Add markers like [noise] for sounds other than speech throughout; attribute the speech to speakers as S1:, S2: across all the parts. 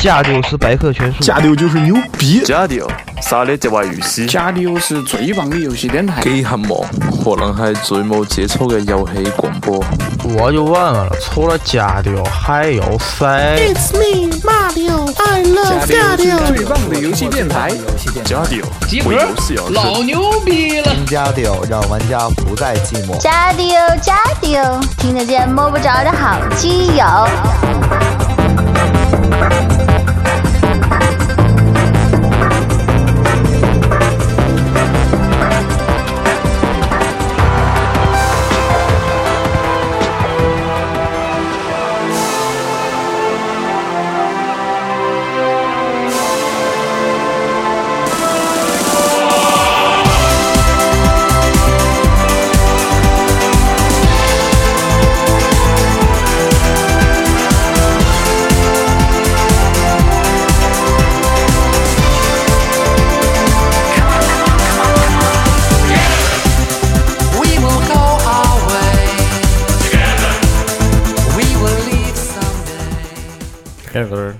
S1: 加丢是百科全书，
S2: 加丢就是牛逼，
S3: 加丢，啥的这玩游戏？
S4: 加丢是最棒的游戏电台。
S5: 幾黑幕，可能係最冇節操嘅遊戲廣播。
S1: 我就问问了，除了加丢还有谁？
S6: It's me, Mario. I love
S4: 加丢
S6: Mario.
S4: 是最棒的游戏电台。
S3: 加丢，为游戏而生。
S4: 牛逼了！
S7: 加丢，让玩家不再寂寞。
S8: 加丢加丢，听得见摸不着的好基友。
S9: We will go our way. Together. We will leave someday.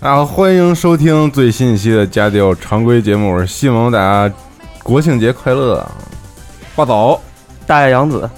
S10: 啊，欢迎收听最新一期的《家调》常规节目，我是西蒙，大家国庆节快乐！暴走，
S1: 大爷杨子，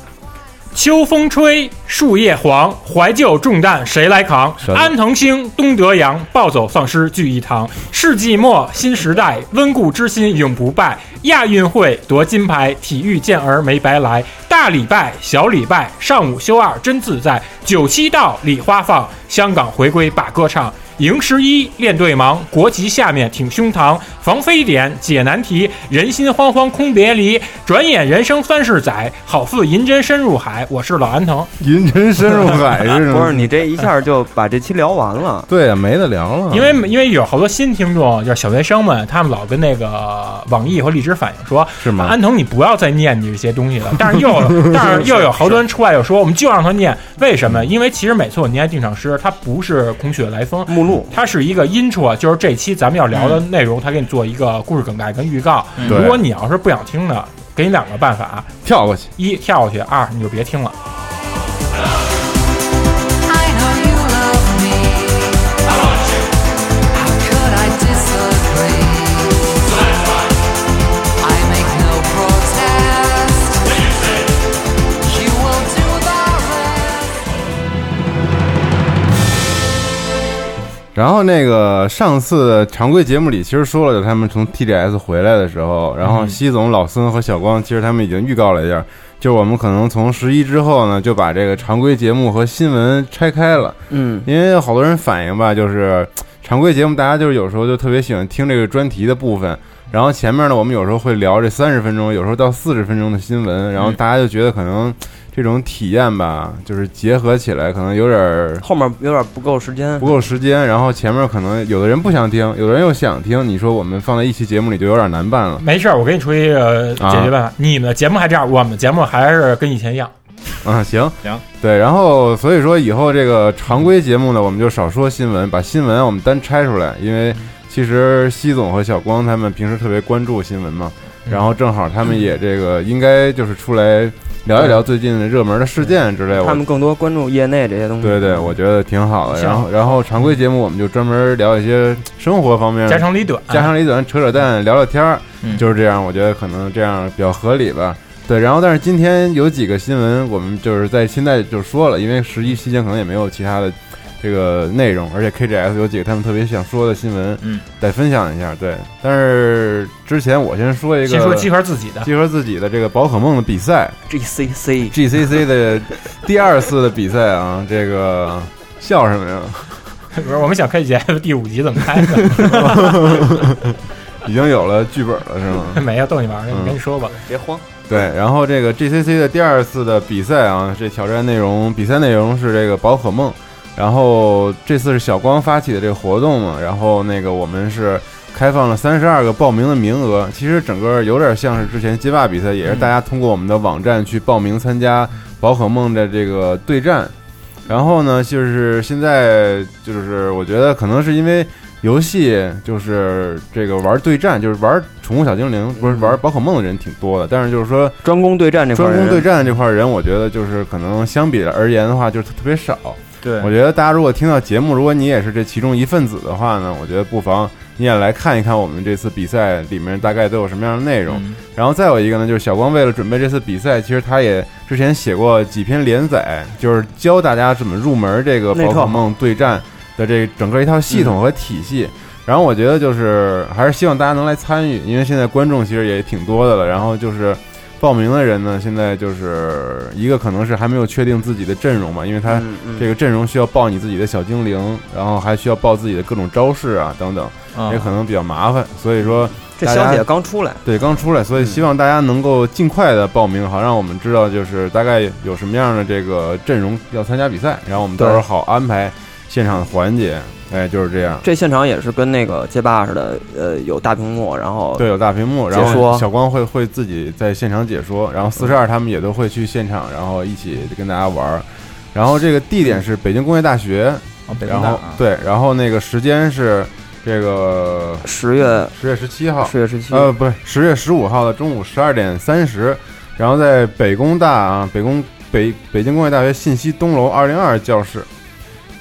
S11: 秋风吹，树叶黄，怀旧重担谁来扛
S10: 什？么
S11: 安藤星、东德阳暴走丧尸聚一堂。世纪末，新时代，温故知新永不败。亚运会夺金牌，体育健儿没白来。大礼拜，小礼拜，上午休二真自在。九七到，礼花放，香港回归把歌唱。迎十一，练对盲，国旗下面挺胸膛，防非典，解难题，人心惶惶空别离。转眼人生三十载，好似银针深入海。我是老安藤。
S10: [laughs] 银针深入海是什么？，
S12: 不是你这一下就把这期聊完了
S10: 对呀，没得聊了，
S11: 因为因为有好多新听众，就是小学生们，他们老跟那个网易和荔枝反映说，
S10: 是吗？
S11: 安藤你不要再念这些东西了。但是又但是又有好多人出来又说，我们就让他念，为什么？因为其实每次我念定场诗，它不是空穴来风，
S12: 目录
S11: 它是一个 intro，就是这期咱们要聊的内容，它给你做一个故事梗概跟预告。
S10: 对
S11: 如果你要是不想听的，给你两个办法：
S10: 跳过去，
S11: 一跳过去，二你就别听了。
S9: I know you love me. I want you. How could I disagree? So that's fine. I make no protest. When you say you will do the rest.
S10: 然后那个上次常规节目里其实说了，他们从 TDS 回来的时候，然后西总、老孙和小光其实他们已经预告了一下，就是我们可能从十一之后呢，就把这个常规节目和新闻拆开了，
S12: 嗯，
S10: 因为有好多人反映吧，就是常规节目大家就是有时候就特别喜欢听这个专题的部分。然后前面呢，我们有时候会聊这三十分钟，有时候到四十分钟的新闻，然后大家就觉得可能这种体验吧，就是结合起来可能有点儿
S12: 后面有点不够时间
S10: 不，够时间，然后前面可能有的人不想听，有的人又想听，你说我们放在一期节目里就有点难办了
S11: 没事儿，我给你出一个呃解决办法。你们的节目还这样，我们的节目还是跟以前一样。
S10: 啊。行
S3: 行，
S10: 对，然后所以说以后这个常规节目呢，我们就少说新闻，把新闻我们单拆出来，因为其实西总和小光他们平时特别关注新闻嘛，然后正好他们也这个应该就是出来聊一聊最近的热门的事件之类的。
S12: 他
S10: 我
S12: 们更多关注业内这些东西。
S10: 对对，我觉得挺好的。然后，然后常规节目我们就专门聊一些生活方面的
S11: 家长里短，
S10: 嗯家长里短扯扯淡，聊聊天儿，
S3: 嗯
S10: 就是这样。我觉得可能这样比较合理吧。对，然后但是今天有几个新闻，我们就是在现在就说了，因为十一期间可能也没有其他的这个内容，而且 KGS 有几个他们特别想说的新闻，
S3: 嗯，
S10: 得分享一下。对，但是之前我先说一个，
S11: 先说集合自己的。
S10: 集合自己的这个宝可梦的比赛
S12: GCC
S10: ，GCC 的第二次的比赛啊，这个笑什么呀？ [laughs]
S11: 不是，我们想开节目第五集怎么开的？ [laughs]
S10: 已经有了剧本了是吗？
S11: 没有，逗你玩儿的，
S10: 嗯
S11: 你跟你说吧。
S12: 别慌，
S10: 对，然后这个 GCC 的第二次的比赛啊，这挑战内容比赛内容是这个宝可梦，然后这次是小光发起的这个活动嘛，然后那个我们是开放了三十二个报名的名额，其实整个有点像是之前街霸比赛，也是大家通过我们的网站去报名参加宝可梦的这个对战，然后呢，就是现在就是我觉得可能是因为。游戏就是这个玩对战，就是玩宠物小精灵，不是玩宝可梦的人挺多的，但是就是说
S12: 专攻对战这块
S10: 专
S12: 儿
S10: 攻
S12: 人
S10: 对战这块儿人，我觉得就是可能相比而言的话，就是特别少。对，我觉得大家如果听到节目，如果你也是这其中一份子的话呢，我觉得不妨你也来看一看我们这次比赛里面大概都有什么样的内容。
S12: 嗯
S10: 然后再有一个呢，就是小光为了准备这次比赛，其实他也之前写过几篇连载，就是教大家怎么入门这个
S12: 内
S10: 宝
S12: 测
S10: 可梦对战的这整个一套系
S12: 嗯
S10: 统和体系。然后我觉得就是还是希望大家能来参与，因为现在观众其实也挺多的了。然后就是报名的人呢，现在就是一个可能是还没有确定自己的阵容嘛，因为他
S2: 嗯嗯
S10: 这个阵容需要报你自己的小精灵，然后还需要报自己的各种招式啊等等，
S12: 啊
S11: 嗯
S10: 也可能比较麻烦。所以说
S12: 这
S10: 大家
S12: 消息也刚出来
S10: 对，刚出来，所以希望大家能够尽快的报名，好让我们知道就是大概有什么样的这个阵容要参加比赛，然后我们到时候
S12: 对
S10: 好安排现场的环节。哎，就是这样。
S12: 这现场也是跟那个街霸似的，呃，有大屏幕，然后
S10: 对，有大屏幕，然
S12: 解说
S10: 后小光会会自己在现场解说，然后四十二他们也都会去现场，然后一起跟大家玩儿。然后这个地点是北京工业大学，
S2: 北
S10: 然
S2: 工大
S10: 后
S2: 啊
S10: 对，然后那个时间是这个
S12: 十月
S10: 十月十七号，
S12: 10月17
S10: 呃，不是十月十五号的中午十二点三十，然后在北工大啊，北工北北京工业大学信息东楼二零二教室。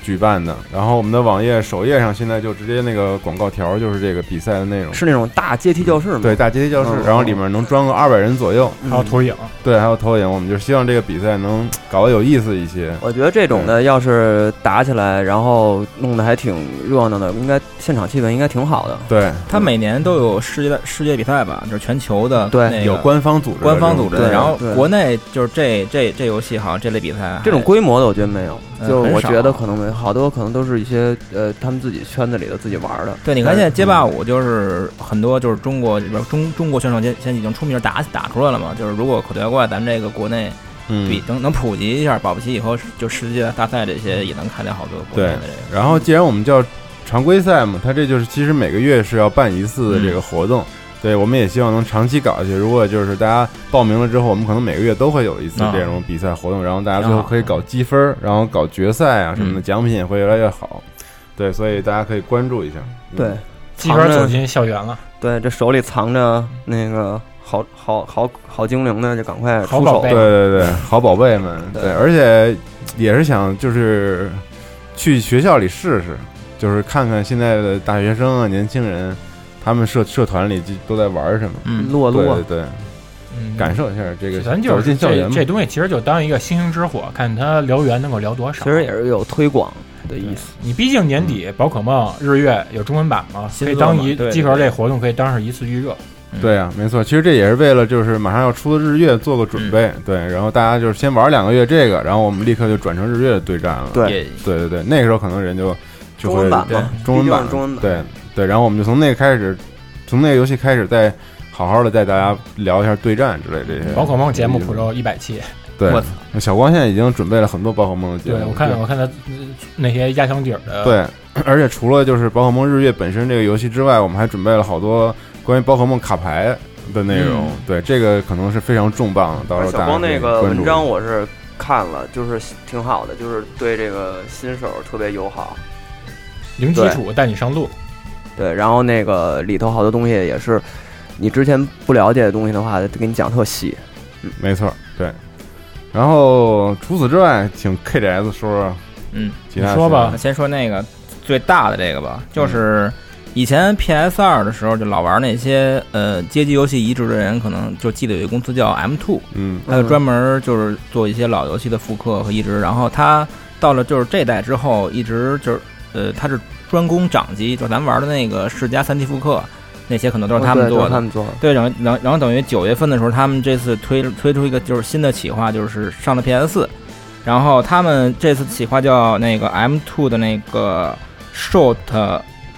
S10: 举办的，然后我们的网页首页上现在就直接那个广告条就是这个比赛的内容，
S12: 是那种大阶梯教室嗯吗？
S10: 对，大阶梯教室，
S12: 嗯
S10: 然后里面能装个二百人左右，
S12: 还有投影，
S10: 对，还有投影，我们就希望这个比赛能搞得有意思一些。
S12: 我觉得这种
S10: 嗯
S12: 的要是打起来，然后弄得还挺热闹的，应该现场气氛应该挺好的。
S10: 对，
S2: 他每年都有世界世界比赛吧，就是全球的
S12: 对
S2: 那个
S12: 有官方组织的
S2: 官方组织的。
S12: 对
S2: 然后
S12: 对
S2: 国内就是这这这游戏好像这类比赛
S12: 这种规模的我觉得没有，
S2: 嗯
S12: 就
S2: 很
S12: 我
S2: 少
S12: 觉得可能没有，好多可能都是一些呃他们自己圈子里的自己玩的。
S2: 对，你看现在街
S12: 嗯
S2: 霸五就是很多就是中国里边中中国选手现现在已经出名打打出来了嘛，就是如果口袋妖怪咱们这个国内
S10: 嗯
S2: 比能能普及一下，保不齐以后就世界大赛这些也能看见好多国
S10: 对
S2: 内的这个。，
S10: 然后既然我们叫常规赛嘛，它这就是其实每个月是要办一次的这
S2: 嗯
S10: 个活动。对，我们也希望能长期搞下去。如果就是大家报名了之后，我们可能每个月都会有一次
S2: 啊
S10: 这种比赛活动，然后大家最后
S2: 挺好
S10: 可以搞积分儿，然后搞决赛啊什
S2: 嗯
S10: 么的，奖品也会越来越好。对，所以大家可以关注一下。嗯
S12: 对，
S11: 鸡哥走进校园了。
S12: 对，这手里藏着那个好好好好精灵的，就赶快出手。
S11: 哎
S10: 对对对，好宝贝
S11: [laughs]
S10: 们，
S12: 对
S10: 对，而且也是想就是去学校里试试，就是看看现在的大学生啊、年轻人，他们社社团里就都在玩什么，
S2: 嗯
S12: 撸啊撸啊
S10: 对对对
S11: 嗯
S10: 感受一下这个
S11: 咱
S10: 走
S11: 就是
S10: 进校
S11: 这
S10: 园嘛
S11: 这东西，其实就当一个星星之火，看它燎原能够燎多少。
S12: 其实也是有推广的意思。
S11: 你毕竟年
S10: 嗯
S11: 底宝可梦日月有中文版嘛，可以
S10: 作嘛
S11: 当一
S10: 对
S11: 集合类活动可以当是一次预热。
S10: 对啊，没错，其实这也是为了就是马上要出的日月做个准备，
S11: 嗯
S10: 对，然后大家就是先玩两个月这个，然后我们立刻就转成日月的对战了，
S12: 对也
S10: 对对对，那个时候可能人就就
S12: 中
S10: 会
S12: 文版嘛
S10: 对
S12: 毕
S10: 中文
S12: 竟
S10: 版
S12: 是中文版
S10: 对对，然后我们就从那个开始，从那个游戏开始再好好的带大家聊一下对战之类这些
S11: 宝可梦节目普周一百期，
S10: 对
S11: 我操，
S10: 小光现在已经准备了很多宝可梦的节目，
S11: 对我看我看他那些压箱底儿的，
S10: 对，而且除了就是宝可梦日月本身这个游戏之外，我们还准备了好多关于宝可梦卡牌的内容。
S12: 嗯
S10: 对，这个可能是非常重磅的，到时候
S12: 小
S10: 大家
S12: 光
S10: 可以
S12: 那个
S10: 关注
S12: 文章我是看了，就是挺好的，就是对这个新手特别友好。
S11: 零基础带你上路。
S12: 对，然后那个里头好多东西也是你之前不了解的东西的话，就给你讲特细。嗯，
S10: 没错，对。然后除此之外，请 KJS 说说，
S2: 嗯，
S10: 其他
S2: 我先说那个最大的这个吧，就是以前 PS 二的时候就老玩那些呃街机游戏移植的人，可能就记得有一个公司叫 M Two，
S10: 嗯，
S2: 它就专门就是做一些老游戏的复刻和移植。然后它到了就是这代之后，一直就是呃，它是专攻掌机，就是咱们玩的那个世嘉三 D 复刻。那些可能都是他们
S12: 哦对
S2: 做的，
S12: 都是他们做的
S2: 对，然后然后然后等于九月份的时候，他们这次推推出一个就是新的企划，就是上了 PS 四，然后他们这次企划叫那个 M two 的那个 Short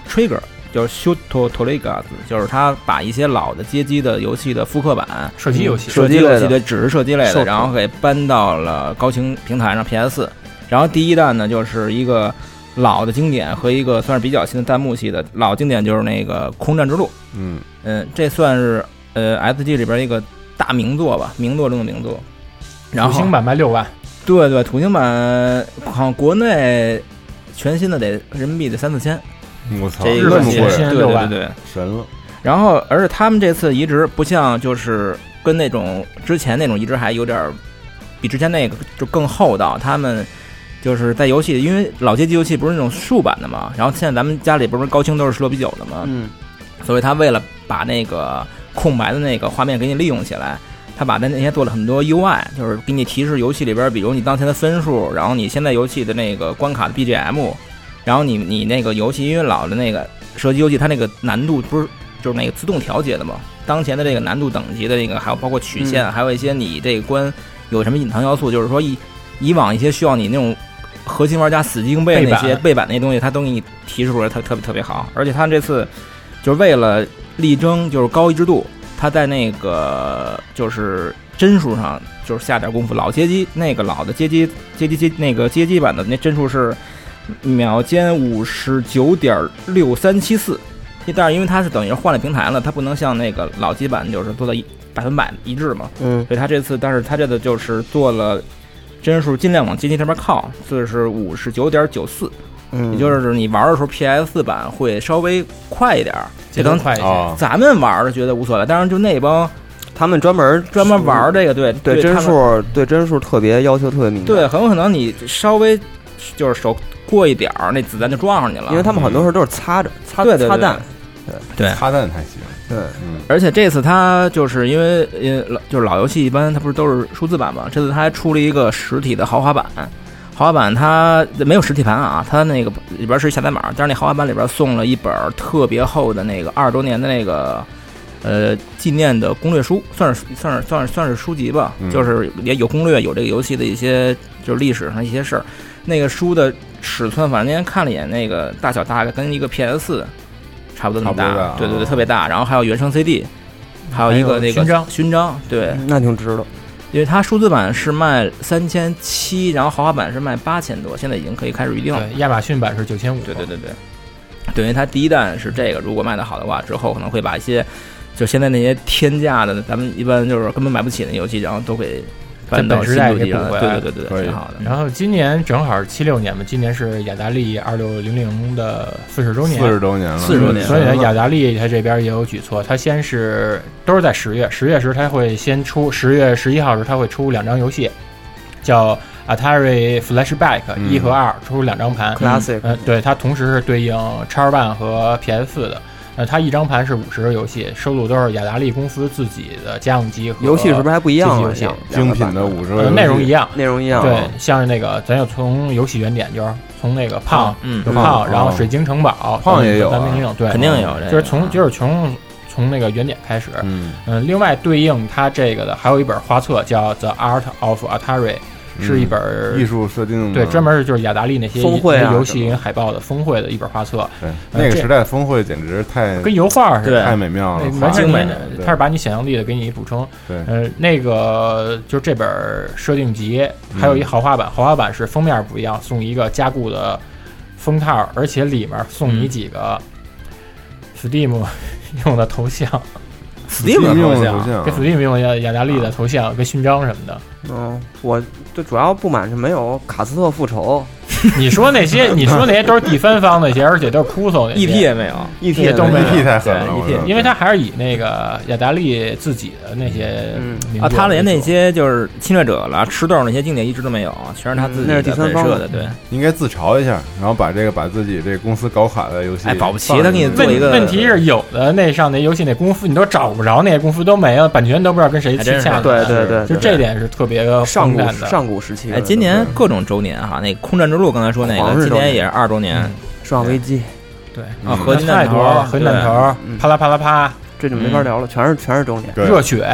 S2: Trigger，就是 Shoot Triggers，就是他把一些老的街机的游戏的复刻版，
S11: 射击游戏
S2: 射击
S11: 射击类
S2: 游
S11: 的
S2: 戏的只是射击类的，
S11: Short
S2: 然后给搬到了高清平台上 PS 四。然后第一弹呢，就是一个老的经典和一个算是比较新的弹幕系的老经典，就是那个《空战之路》。
S10: 嗯
S2: 嗯，这算是呃 SG 里边一个大名作吧，名作中的名作。然后
S11: 土星版卖六万，
S2: 对对，土星版好像国内全新的得人民币得三四千，
S10: 我操，
S2: 这一
S10: 那
S2: 个
S10: 么
S2: 系
S10: 贵
S2: 列，对
S10: 六
S2: 对
S10: 万
S2: 对。
S10: 神了，
S2: 然后，而且他们这次移植不像就是跟那种之前那种移植还有点儿比之前那个就更厚道，他们就是在游戏里，因为老街机游戏不是那种竖版的嘛，然后现在咱们家里不是高清都是十六比九的嘛，
S12: 嗯，
S2: 所以他为了把那个空白的那个画面给你利用起来，他把那那些做了很多 UI，就是给你提示游戏里边，比如你当前的分数，然后你现在游戏的那个关卡的 BGM，然后你你那个游戏因为老的那个射击游戏，它那个难度不是就是那个自动调节的嘛，当前的这个难度等级的这个，还有包括曲线，
S12: 嗯
S2: 还有一些你这个关有什么隐藏要素，就是说以以往一些需要你那种核心玩家死记硬背
S12: 背
S2: 那
S12: 板
S2: 些背板那些东西，它都给你提示出来，特特别特别好。而且它这次就是为了力争就是高一致度，它在那个就是帧数上就是下点功夫。老街机那个老的街机街机街那个街机版的那帧数是秒间五十九点六三七四。但是因为它是等于是换了平台了，它不能像那个老机版就是做到一百分百一致嘛，
S12: 嗯
S2: 所以它这次，但是它这次就是做了帧数尽量往街机这边靠，就是五十九点九四，
S12: 嗯
S2: 也就是你玩的时候 PS 版会稍微快一点儿，
S12: 节
S2: 这
S12: 奏
S2: 能
S12: 快一些哦
S2: 咱们玩的觉得无所谓，当然就那帮
S12: 他们专门
S2: 专门玩这个，对
S12: 对
S2: 他
S12: 帧
S2: 们
S12: 数对帧数特别要求特别敏感，
S2: 对，很有可能你稍微就是手过一点儿，那子弹就撞上去了，
S12: 因为他们很多时候都是擦着擦
S2: 啊对对对
S12: 擦弹，
S2: 对
S10: 擦弹才行。嗯
S12: 对，
S2: 而且这次它就是因为呃老就是老游戏一般它不是都是数字版嘛，这次它还出了一个实体的豪华版，豪华版它没有实体盘啊，它那个里边是下载码，但是那豪华版里边送了一本特别厚的那个二十周年的那个呃纪念的攻略书，算是算是算是算是书籍吧，
S12: 嗯
S2: 就是也有攻略，有这个游戏的一些就是历史上一些事儿。那个书的尺寸，反正那天看了一眼，那个大小大概跟一个 PS 四差不多那么
S12: 差不多
S2: 大
S12: 大，
S2: 对对对，
S12: 啊
S2: 特别大。然后还有原声 CD，还有一个那
S12: 还
S2: 个
S12: 有勋章
S2: 勋章，对，
S12: 那挺值的。
S2: 因为它数字版是卖三千七，然后豪华版是卖八千多，现在已经可以开始预定了。
S11: 对，亚马逊版是九千五。
S2: 对对对对，等于它第一弹是这个，如果卖得好的话，之后可能会把一些就现在那些天价的，咱们一般就是根本买不起的游戏，然后都给
S11: 在
S2: 搬到
S11: 本
S2: 新
S11: 时代
S2: 主
S11: 给
S2: 机
S11: 补
S2: 上。
S11: 回
S2: 对
S11: 来，
S2: 对对对，挺好的。
S11: 然后今年正好七六年嘛，今年是雅达利二六零零的四十周年，
S10: 40周年了
S11: 嗯
S10: 40年
S11: 所以呢，雅达利它这边也有举措，它先是都是在十月，十月时它会先出，十月十一号时它会出两张游戏，叫 Atari Flashback
S12: 嗯
S11: 一和二，出两张盘
S12: Classic
S11: 嗯，对，它同时是对应 X 版和 PS 四的。那它一张盘是五十个游戏，收录都是雅达利公司自己的家用机和
S12: 游戏是不是还不一样啊
S2: 呃
S11: 街机游戏
S10: 精品的五十
S11: 呃，内容一样，
S12: 内容一样
S11: 对
S12: 哦，
S11: 像是那个，咱要从游戏原点，就是从那个胖，
S2: 嗯
S11: 有
S2: 嗯
S11: 胖，
S2: 嗯
S11: 然后
S2: 哦
S11: 水晶城堡，
S2: 胖也有啊
S11: 咱们也有，对，
S2: 肯定有这个
S11: 就是从就是从从那个原点开始。
S10: 嗯
S11: 另外对应它这个的还有一本画册叫《The Art of Atari》，是一本
S10: 嗯艺术设定的
S11: 对，专门是就是雅达利那些
S10: 峰会啊
S11: 游
S10: 什
S11: 戏
S10: 么
S11: 跟海报的峰会的一本画册。
S10: 对
S11: 呃，
S10: 那个
S11: 这
S10: 时代峰会简直太
S11: 跟油画似的，
S10: 太美妙了，
S11: 完全
S10: 啊美。
S11: 它是把你想象力的给你补充。
S10: 对
S11: 呃，那个就是这本设定集，还有一豪华版，豪华版是封面不一样，送一个加固的封套，而且里面送你几个 Steam [laughs] 用的头像。
S2: Steam 的头像
S10: 啊
S11: 跟 Steam 用的雅达利的头像跟勋章什么的。
S12: 嗯，我就主要不满是没有卡斯特复仇，
S11: 你说那些，你说那些都是第三方那些，而且都是 c u s o 那些
S12: EP 也没有
S11: 这
S12: EP
S11: 些都没有
S10: E
S12: EP 太狠了
S11: 对 E
S12: 我觉得
S11: 因为他还是以那个雅达利自己的那些名
S2: 啊，
S11: 作
S2: 他连
S11: 为
S2: 那
S11: 主
S2: 些就是侵略者了、吃豆那些经典一直都没有，全是他
S12: 嗯
S2: 自己的本社的，对。，
S10: 应该自嘲一下，然后把这个把自己这公司搞垮的游戏，
S2: 哎保不齐他给你做一个
S11: 问题是有的那上那游戏那公司你都找不着，那些公司都没了，版权都不知道跟谁
S2: 还
S11: 签
S2: 真是啊
S11: 下的。
S2: 对对对
S11: 就
S2: 对
S11: 这点是特别
S2: 上古
S11: 荒诞的
S2: 上
S12: 古时期
S2: 哎，今年各种周年哈，那《空战之路》刚才说那
S12: 皇
S2: 个，
S12: 室
S2: 今
S12: 哦周
S2: 年
S12: 年
S2: 也是二周年。
S12: 生化危机，
S11: 对嗯
S2: 啊合金弹头嗯
S11: 核弹头
S12: 对，
S11: 啪啦啪啦啪，
S12: 这就没法聊了，全是全是周年，
S11: 热血。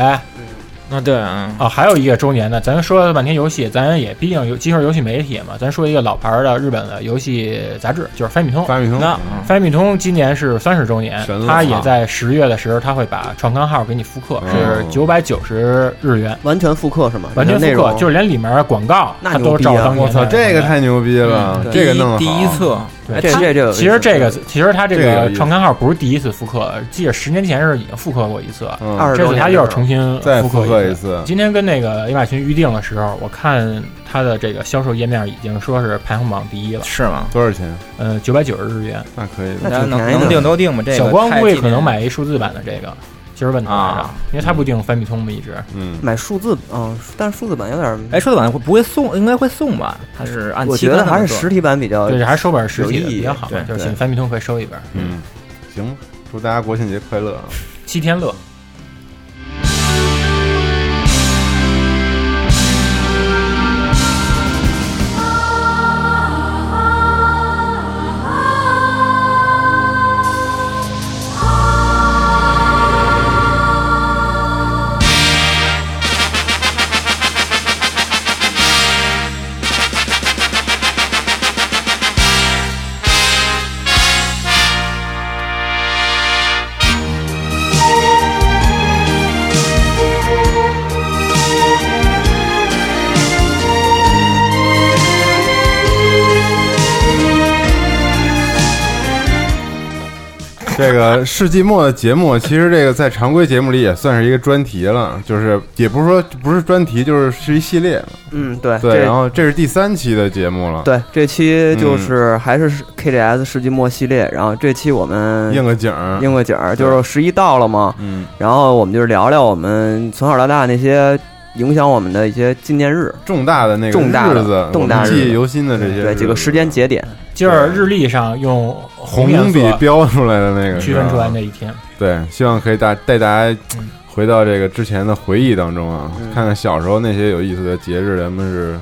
S2: 啊，对啊，
S11: 啊，还有一个周年呢，咱说了半天游戏，咱也毕竟有集合游戏媒体嘛，咱说一个老牌儿的日本的游戏杂志，就是翻米通。
S10: 翻米通
S2: 啊
S11: 那翻米通今年是三十周年
S10: 神，了
S11: 它也在十月的时候，它会把创刊号给你复
S2: 哦
S11: 刻，是九百九十日元，
S12: 完全复刻是吗？
S11: 完全
S12: 内
S11: 复刻，
S12: 容
S11: 就是连里面的广告
S12: 那
S11: 它
S12: 牛
S11: 都
S12: 逼
S11: 照
S12: 啊
S11: 当年
S12: 我操
S11: 的
S12: 这个太
S10: 牛逼了
S11: 对
S10: 这个弄得好第一册
S11: 对，
S10: 这
S11: 它
S10: 这这有意思
S11: 其实这个其实它这
S10: 这个有
S11: 个
S10: 意思
S11: 创刊号不是第一次复刻，记得十年前是已经复刻过一次，
S10: 嗯20
S11: 这
S10: 周
S11: 次
S10: 年
S11: 它
S10: 的
S11: 又是
S10: 时候
S11: 重新
S10: 再
S11: 复
S10: 复刻
S11: 一
S10: 一次
S11: 今天跟那个亚马逊预定的时候，我看它的这个销售页面已经说是排行榜第一了，
S2: 是吗？
S10: 多少钱？
S11: 呃，九百九十日元，
S10: 那可以
S2: 那挺能便宜的能订都订吧这个
S11: 小光
S2: 太
S11: 估计
S2: 纪
S11: 可能
S2: 念
S11: 买一数字版的这个，今儿问他来着，因为他不订翻米通嘛，一直
S10: 嗯
S12: 买数字，嗯，但是数字版有点，
S2: 哎，数字版会不会送？应该会送吧？它是按
S12: 我
S2: 期
S12: 觉
S2: 更
S12: 得
S2: 的
S12: 还是
S2: 做
S12: 实体版比较
S11: 对，还是收本实体
S12: 呃有
S11: 的
S12: 意义
S11: 比较好，
S12: 对
S11: 就是
S12: 对
S11: 请翻米通可以收一本，
S10: 嗯，行，祝大家国庆节快乐啊！
S11: 七天乐。
S10: 这个世纪末的节目，其实这个在常规节目里也算是一个专题了，就是也不是说不是专题，就是是一系列。
S12: 嗯，对
S10: 对，
S12: 这
S10: 然后这是第三期的节目了，
S12: 对，这期就是还是 KGS 世纪末系列，然后这期我们
S10: 应个景儿
S12: 嗯应个景儿，就是十一到了嘛，
S10: 嗯，
S12: 然后我们就是聊聊我们从小到大那些影响我们的一些纪念日，
S10: 重大的那个
S12: 重大
S10: 日子
S12: 重大
S10: 我们
S12: 日
S10: 记忆
S12: 子
S10: 犹新的这些
S12: 对几
S10: 日
S12: 个
S10: 子
S12: 时间节点，
S11: 今儿日历上用
S10: 红
S11: 颜
S10: 英笔
S11: 色
S10: 标出来的那个
S11: 区
S10: 是吧
S11: 分出来那嗯一天。
S10: 对，希望可以大带大家回到这个之前的回忆当中啊，
S12: 嗯
S10: 看看小时候那些有意思的节日，咱们是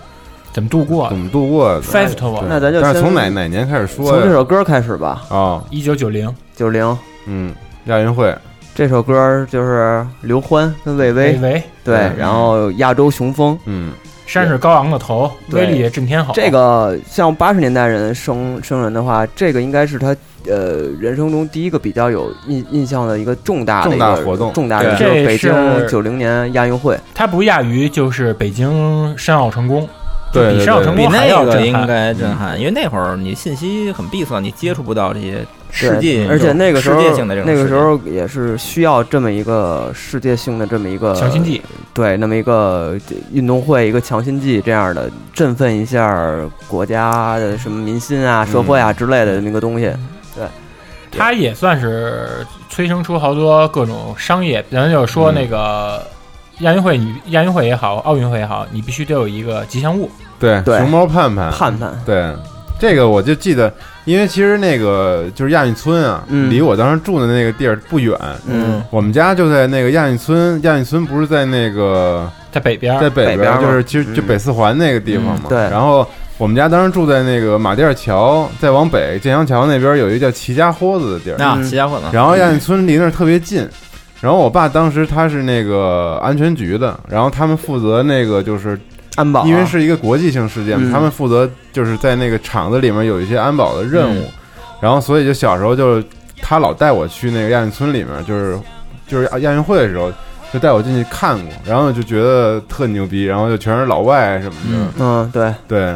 S11: 怎么度过、
S10: 怎么度过的
S11: Festival
S10: 对
S12: 那咱就
S10: 但是
S12: 先
S10: 从哪哪年开始说呀？
S12: 从这首歌开始吧，
S10: 啊，
S11: 一九九零
S12: 九零，
S10: 嗯，亚运会
S12: 这首歌就是刘欢跟魏巍，
S11: 魏巍
S12: 对
S11: 嗯，
S12: 然后亚洲雄风，
S10: 嗯，
S11: 山是高昂的头，威
S12: 对
S11: 力震
S2: 哦
S11: 天吼。
S12: 这个像八十年代人生生人的话，这个应该是他呃人生中第一个比较有印印象的一个重大的
S11: 重
S12: 一
S11: 大
S12: 个
S11: 活动
S12: 重大的
S11: 对
S12: 就是北
S11: 这
S12: 京
S11: 是
S12: 九零年亚运会。
S11: 它不亚于就是北京申奥成功，就
S2: 对
S11: 比申奥成
S2: 比
S11: 功还
S2: 那
S11: 要
S2: 个
S11: 震
S2: 应
S11: 撼
S2: 该震撼，因为那会儿你信息很闭塞，你接触不到这些世
S12: 对
S2: 界，
S12: 而且那个时候
S2: 世界性的这种
S12: 那个时
S2: 事
S12: 候也是需要这么一个世界性的这么一个
S2: 强心剂，
S12: 对，那么一个运动会一个强心剂这样的，振奋一下国家的什么民心啊、社会啊之类的那个东西。对，
S11: 它也算是催生出好多各种商业，咱就说那个亚运会，你亚运会也好，奥运会也好，你必须得有一个吉祥物。
S10: 对
S11: 对
S10: 熊猫盼盼
S12: 盼盼
S10: 对这个我就记得，因为其实那个就是亚运村啊，
S11: 嗯
S10: 离我当时住的那个地儿不远，
S11: 嗯，
S10: 我们家就在那个亚运村，亚运村不是在那个
S11: 在北边儿
S10: 在北
S11: 北边儿
S10: 儿
S11: 嘛
S10: 就是其实就
S11: 嗯
S10: 北四环那个地方嘛，
S11: 嗯对
S10: 然后。我们家当时住在那个马甸桥，再往北建祥桥那边有一个叫齐家豁子的地儿，
S2: 啊嗯齐家豁子
S10: 然后亚运村离那儿特别近，然后我爸当时他是那个安全局的，然后他们负责那个就是
S12: 安保啊
S10: 因为是一个国际性事件嘛，
S12: 嗯
S10: 他们负责就是在那个厂子里面有一些安保的任务，
S12: 嗯
S10: 然后所以就小时候就是他老带我去那个亚运村里面，就是就是亚运会的时候。就带我进去看过，然后就觉得特牛逼，然后就全是老外什么的。
S12: 嗯，对
S10: 对，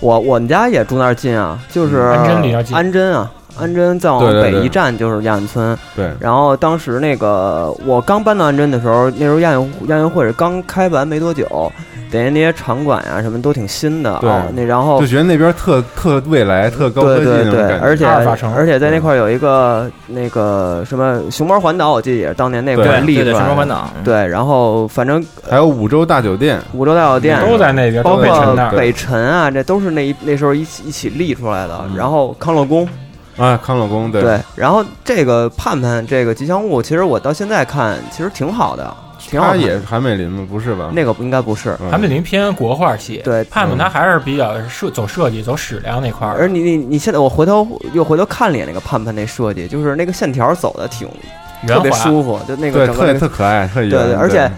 S12: 我我们家也住那儿近啊，就是
S10: 嗯安贞离那儿近
S12: 安贞啊，安贞再往
S10: 对对
S12: 北
S10: 对
S12: 一站就是亚运村。
S10: 对
S12: 然后当时那个我刚搬到安贞的时候，那时候亚运亚运会是刚开完没多久，等于那些场馆啊什么都挺新的
S10: 对
S12: 啊。那然后
S10: 就觉得那边特特未来、特高科
S12: 对
S10: 技
S12: 对
S10: 那种
S12: 对
S10: 感，觉。
S12: 而且而且在那块儿有一个那个什么熊猫环岛，我记得也是当年那块
S10: 对
S12: 儿
S10: 对
S12: 立出
S10: 对
S12: 来
S10: 熊猫
S12: 的
S10: 环岛嗯
S12: 对，然后反正
S10: 还有五洲大酒店，
S12: 五洲大酒店啊
S10: 都在那边
S12: 包
S10: 都在北辰
S12: 括
S10: 那儿
S12: 北辰啊，这都是那一那时候一起一起立出来
S10: 嗯
S12: 的。然后康乐宫，
S10: 啊，康乐宫对
S12: 对，然后这个盼盼这个吉祥物，其实我到现在看其实挺好的，挺好
S10: 他
S12: 看的。
S10: 也韩美林吗？不是吧？嗯
S12: 那个不应该不是
S11: 韩美林偏国画系，
S12: 对
S11: 盼盼他还是比较设走设计、走史料那块儿。
S12: 而你你你现在我回头又回头看了一眼那个盼盼那设计，就是那个线条走的挺
S11: 圆
S12: 特
S11: 滑
S12: 别舒服，就那个
S10: 对
S12: 整个那个
S10: 特特可爱特
S12: 对
S10: 圆
S12: 对，
S10: 对
S12: 而且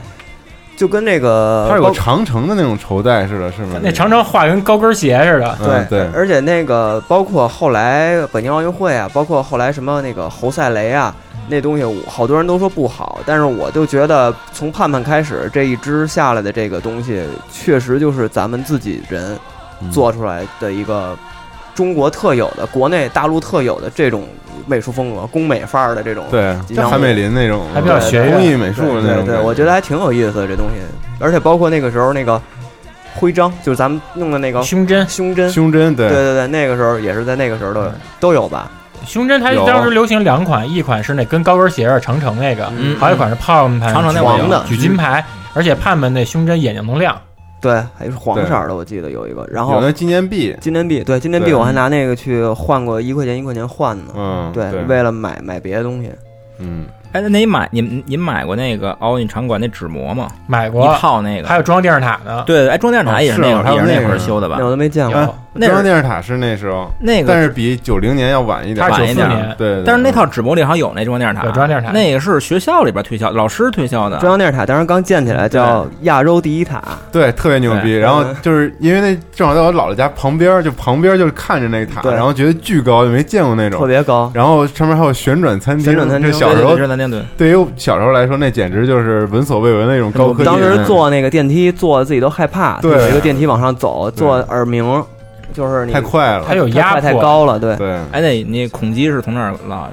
S12: 就跟那个
S10: 它有
S12: 包
S10: 个长城的那种绸带似的，是吗？
S11: 那长城画跟高跟鞋似的，
S10: 嗯对
S12: 而且那个包括后来北京奥运会啊，包括后来什么那个侯赛雷啊，那东西我好多人都说不好，但是我就觉得从盼盼开始这一支下来的这个东西，确实就是咱们自己人
S10: 嗯
S12: 做出来的一个中国特有的、国内大陆特有的这种美术风格，工美范儿的这种
S10: 对
S12: 吉祥物
S10: 像韩美林那种还比较
S12: 对
S10: 学
S12: 对
S10: 院工艺美术的那
S12: 对
S10: 种
S12: 对
S10: 感觉
S12: 对，我觉得还挺有意思的这东西，而且包括那个时候那个。徽章就是咱们弄的那个
S11: 胸针，
S12: 胸针，
S10: 胸针对
S12: 对对对，那个时候也是在那个时候都有都有吧？
S11: 胸针它
S10: 有
S11: 当时流行两款，一款是那跟高跟鞋儿长城那个，
S10: 嗯
S11: 还有一款是胖胖
S10: 长城那我有黄的
S11: 举金牌，而且盼盼那胸针眼睛能亮。
S12: 对，还是黄色儿的，我记得有一个。然后
S11: 有那
S10: 纪念币，
S12: 纪念币，对，纪念币
S11: 对
S12: 我还拿那个去换过一块钱一块钱换呢。
S10: 嗯
S12: 对，
S2: 对
S12: 为了买买别的东西。
S10: 嗯，
S2: 哎，那你买你们你买过那个奥运场馆那纸膜吗？
S11: 买过
S2: 一套那个，
S11: 还有啊装电视塔呢。
S2: 对，哎，装电视塔也是那
S10: 哦
S2: 会
S10: 还
S2: 儿
S10: 有
S2: 也是
S10: 那
S2: 那会儿修的吧？
S10: 哎
S2: 那
S10: 中
S2: 是
S10: 央电视塔是那时候，
S2: 那个
S10: 但是比九零年要晚一点，
S2: 晚一点儿，
S10: 对，对
S2: 但是那套纸膜里好像有那中央电视塔，
S10: 有中央电视塔
S2: 那个是学校里边推销，老师推销的。
S12: 中央电视塔当时刚建起来，叫亚洲第一塔。
S10: 对，特别牛逼。
S12: 对
S10: 然后就是因为那正好在我姥姥家旁边儿，就旁边儿就是看着那个塔，
S12: 对
S10: 然后觉得巨高，就没见过那种
S12: 特别高。
S10: 然后上面还有旋转餐厅，
S12: 旋转餐厅
S10: 这小时候
S12: 对对对旋转餐厅对
S10: 对于我小时候来说，那简直就是闻所未闻的那种高科技。
S12: 当时坐那个电梯，坐的自己都害怕，
S10: 对
S12: 有一个电梯往上走，坐耳鸣，就是你
S10: 太快了
S12: 太快太高了，对
S10: 对。
S2: 哎，那你恐击是从那儿落下的？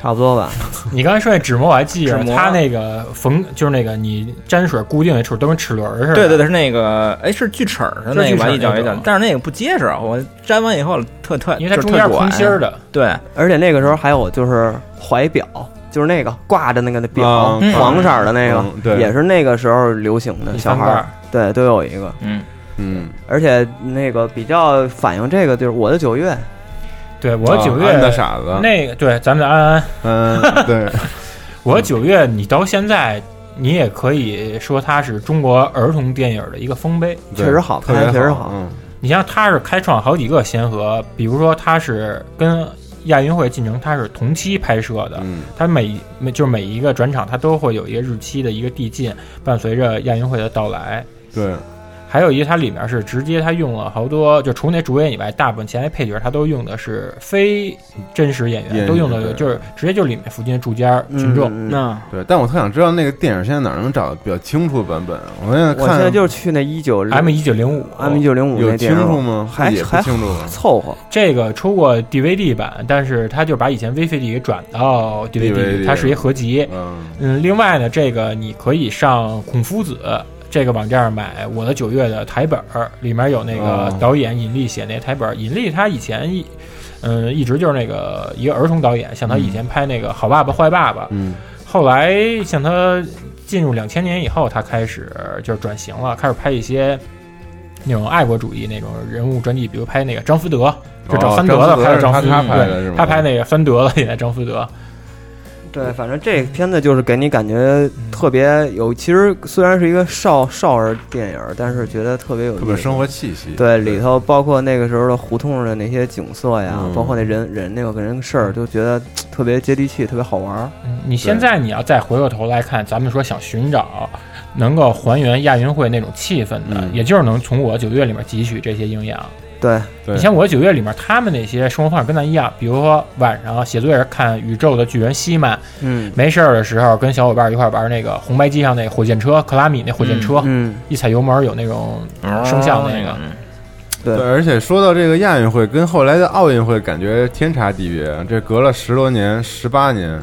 S12: 差不多吧。
S11: 你刚才说那纸膜我还记着
S2: 纸，膜
S11: 它那个缝就是那个你沾水固定那处都跟齿轮儿似的。
S2: 对对对，是那个，哎，是锯齿儿的
S11: 是
S2: 那
S11: 锯
S2: 个
S11: 齿儿
S2: 吧，一脚一
S11: 那
S2: 脚
S11: 种，
S2: 但是那个不结实，啊我粘完以后特特，
S11: 因为它
S2: 就是
S11: 中间
S2: 特
S11: 空
S2: 软
S11: 心儿的，
S2: 对，
S12: 而且那个时候还有就是怀表，就是那个挂着那个那表，
S2: 嗯
S12: 黄色儿的那个
S2: 嗯，对
S12: 也是那个时候流行的
S2: 一
S12: 小
S2: 翻
S12: 孩
S2: 盖
S12: 儿
S2: 儿，
S12: 对，都有一个，
S2: 嗯
S10: 嗯，
S12: 而且那个比较反映这个就是我的九月，
S11: 对我
S10: 啊
S2: 啊
S11: 九月、那个对，咱们的安安，
S10: 嗯，
S12: [laughs]
S10: 对，
S11: 我
S2: 嗯
S11: 九月，你到现在，你也可以说它是中国儿童电影的一个丰碑，
S12: 对确实好拍特别好确实好嗯
S11: 你像它是开创好几个先河，比如说它是跟亚运会进程它是同期拍摄
S2: 嗯
S11: 的，
S10: 嗯
S12: 嗯
S11: 它每每就是每一个转场它都会有一个日期的一个递进，伴随着亚运会的到来。
S10: 对，
S11: 还有一个它里面是直接它用了好多，就除那主演以外，大部分其他配角它都用的是非真实演员，
S10: 演员
S11: 都用的
S10: 对嗯
S11: 就是直接就里面附近的住家群众。
S10: 对，但我特想知道那个电影现在哪儿能找到比较清楚的版本啊？我现在看，
S12: 我现在就是去那一九
S11: M 一九零五
S12: M 一九零五
S10: 有
S12: 那电影
S10: 清楚吗
S12: 还
S10: 也不
S12: 还
S10: 清楚
S12: 凑合。
S11: 这个出过 DVD 版，但是他就把以前 VCD 给转到 DVD，
S10: DVD
S11: 它是一合集。嗯，另外呢，这个你可以上孔夫子这个网站上买我的九月的台本儿，里面有那个
S10: 哦
S11: 导演尹力写那台本儿。尹力他以前一嗯一直就是那个一个儿童导演，像他以前拍那个《好爸爸坏爸爸》，
S10: 嗯，
S11: 后来像他进入两千年以后，他开始就是转型了，开始拍一些那种爱国主义那种人物传记，比如拍那个张福德，就找
S10: 哦
S11: 三德的，
S10: 张福德
S11: 拍的
S10: 是
S11: 张福
S10: 他他
S11: 德
S10: 拍的
S11: 对
S10: 是吗
S11: 他拍那个三德的演的张福德，
S12: 对，反正这片子就是给你感觉特别有，其实虽然是一个少少儿电影，但是觉得特别有
S10: 特别有
S12: 意思
S10: 生活气息
S12: 对，
S10: 对
S12: 里头包括那个时候的胡同的那些景色呀，包括那人人那个人事儿，就觉得嘖特别接地气，特别好玩儿。
S11: 嗯你现在你要再回过头来看，咱们说想寻找能够还原亚运会那种气氛的，也就是能从我九月里面汲取这些营养。
S12: 对，
S10: 对
S11: 你像我九月里面，他们那些生活方式跟咱一样，比如说晚上写作业看《宇宙的巨人》西曼，
S12: 嗯，
S11: 没事儿的时候跟小伙伴一块儿玩那个红白机上那火箭车，克拉米那火箭车，
S12: 嗯，
S11: 一踩油门有那种
S10: 哦
S11: 声效那个，
S12: 对
S10: 而且说到这个亚运会跟后来的奥运会，感觉天差地别，啊这隔了十多年、十八年。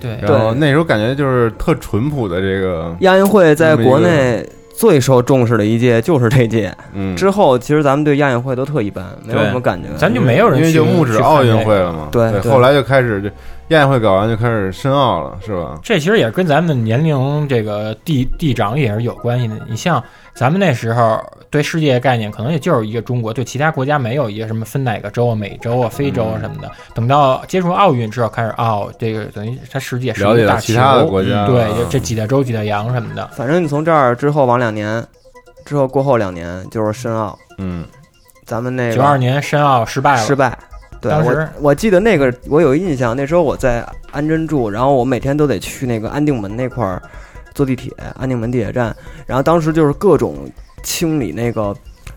S11: 对
S10: 然后那时候感觉就是特淳朴的这个
S12: 亚运会在国
S10: 这么一个
S12: 内最受重视的一届就是这届，
S10: 嗯
S12: 之后其实咱们对亚运会都特一般，没有
S10: 对
S12: 什么感觉，
S11: 咱就没有人
S10: 因为
S11: 去
S10: 就木指
S11: 去看
S10: 奥运
S11: 这个
S10: 会了嘛。
S12: 对对
S10: 后来就开始这亚运会搞完就开始申奥了，是吧？
S11: 这其实也跟咱们年龄这个地地长也是有关系的。你像咱们那时候对世界概念，可能也就是一个中国，对其他国家没有一个什么分哪个州啊、美洲啊、非洲
S10: 嗯
S11: 啊什么的。等到接触奥运之后，开始哦，这个等于它世界是
S10: 了
S11: 一
S10: 解
S11: 个
S10: 了
S11: 大
S10: 其他的
S11: 球
S10: 国家
S11: 嗯对
S10: 啊，
S11: 就这几大洲、几大洋什么的。
S12: 反正你从这儿之后往两年，之后过后两年就是申奥，
S10: 嗯，
S12: 咱们那个
S11: 九二年申奥失败了，
S12: 失败。对
S11: 当时
S12: 我我记得那个我有印象，那时候我在安贞住，然后我每天都得去那个安定门那块儿坐地铁，安定门地铁站，然后当时就是各种清理那个。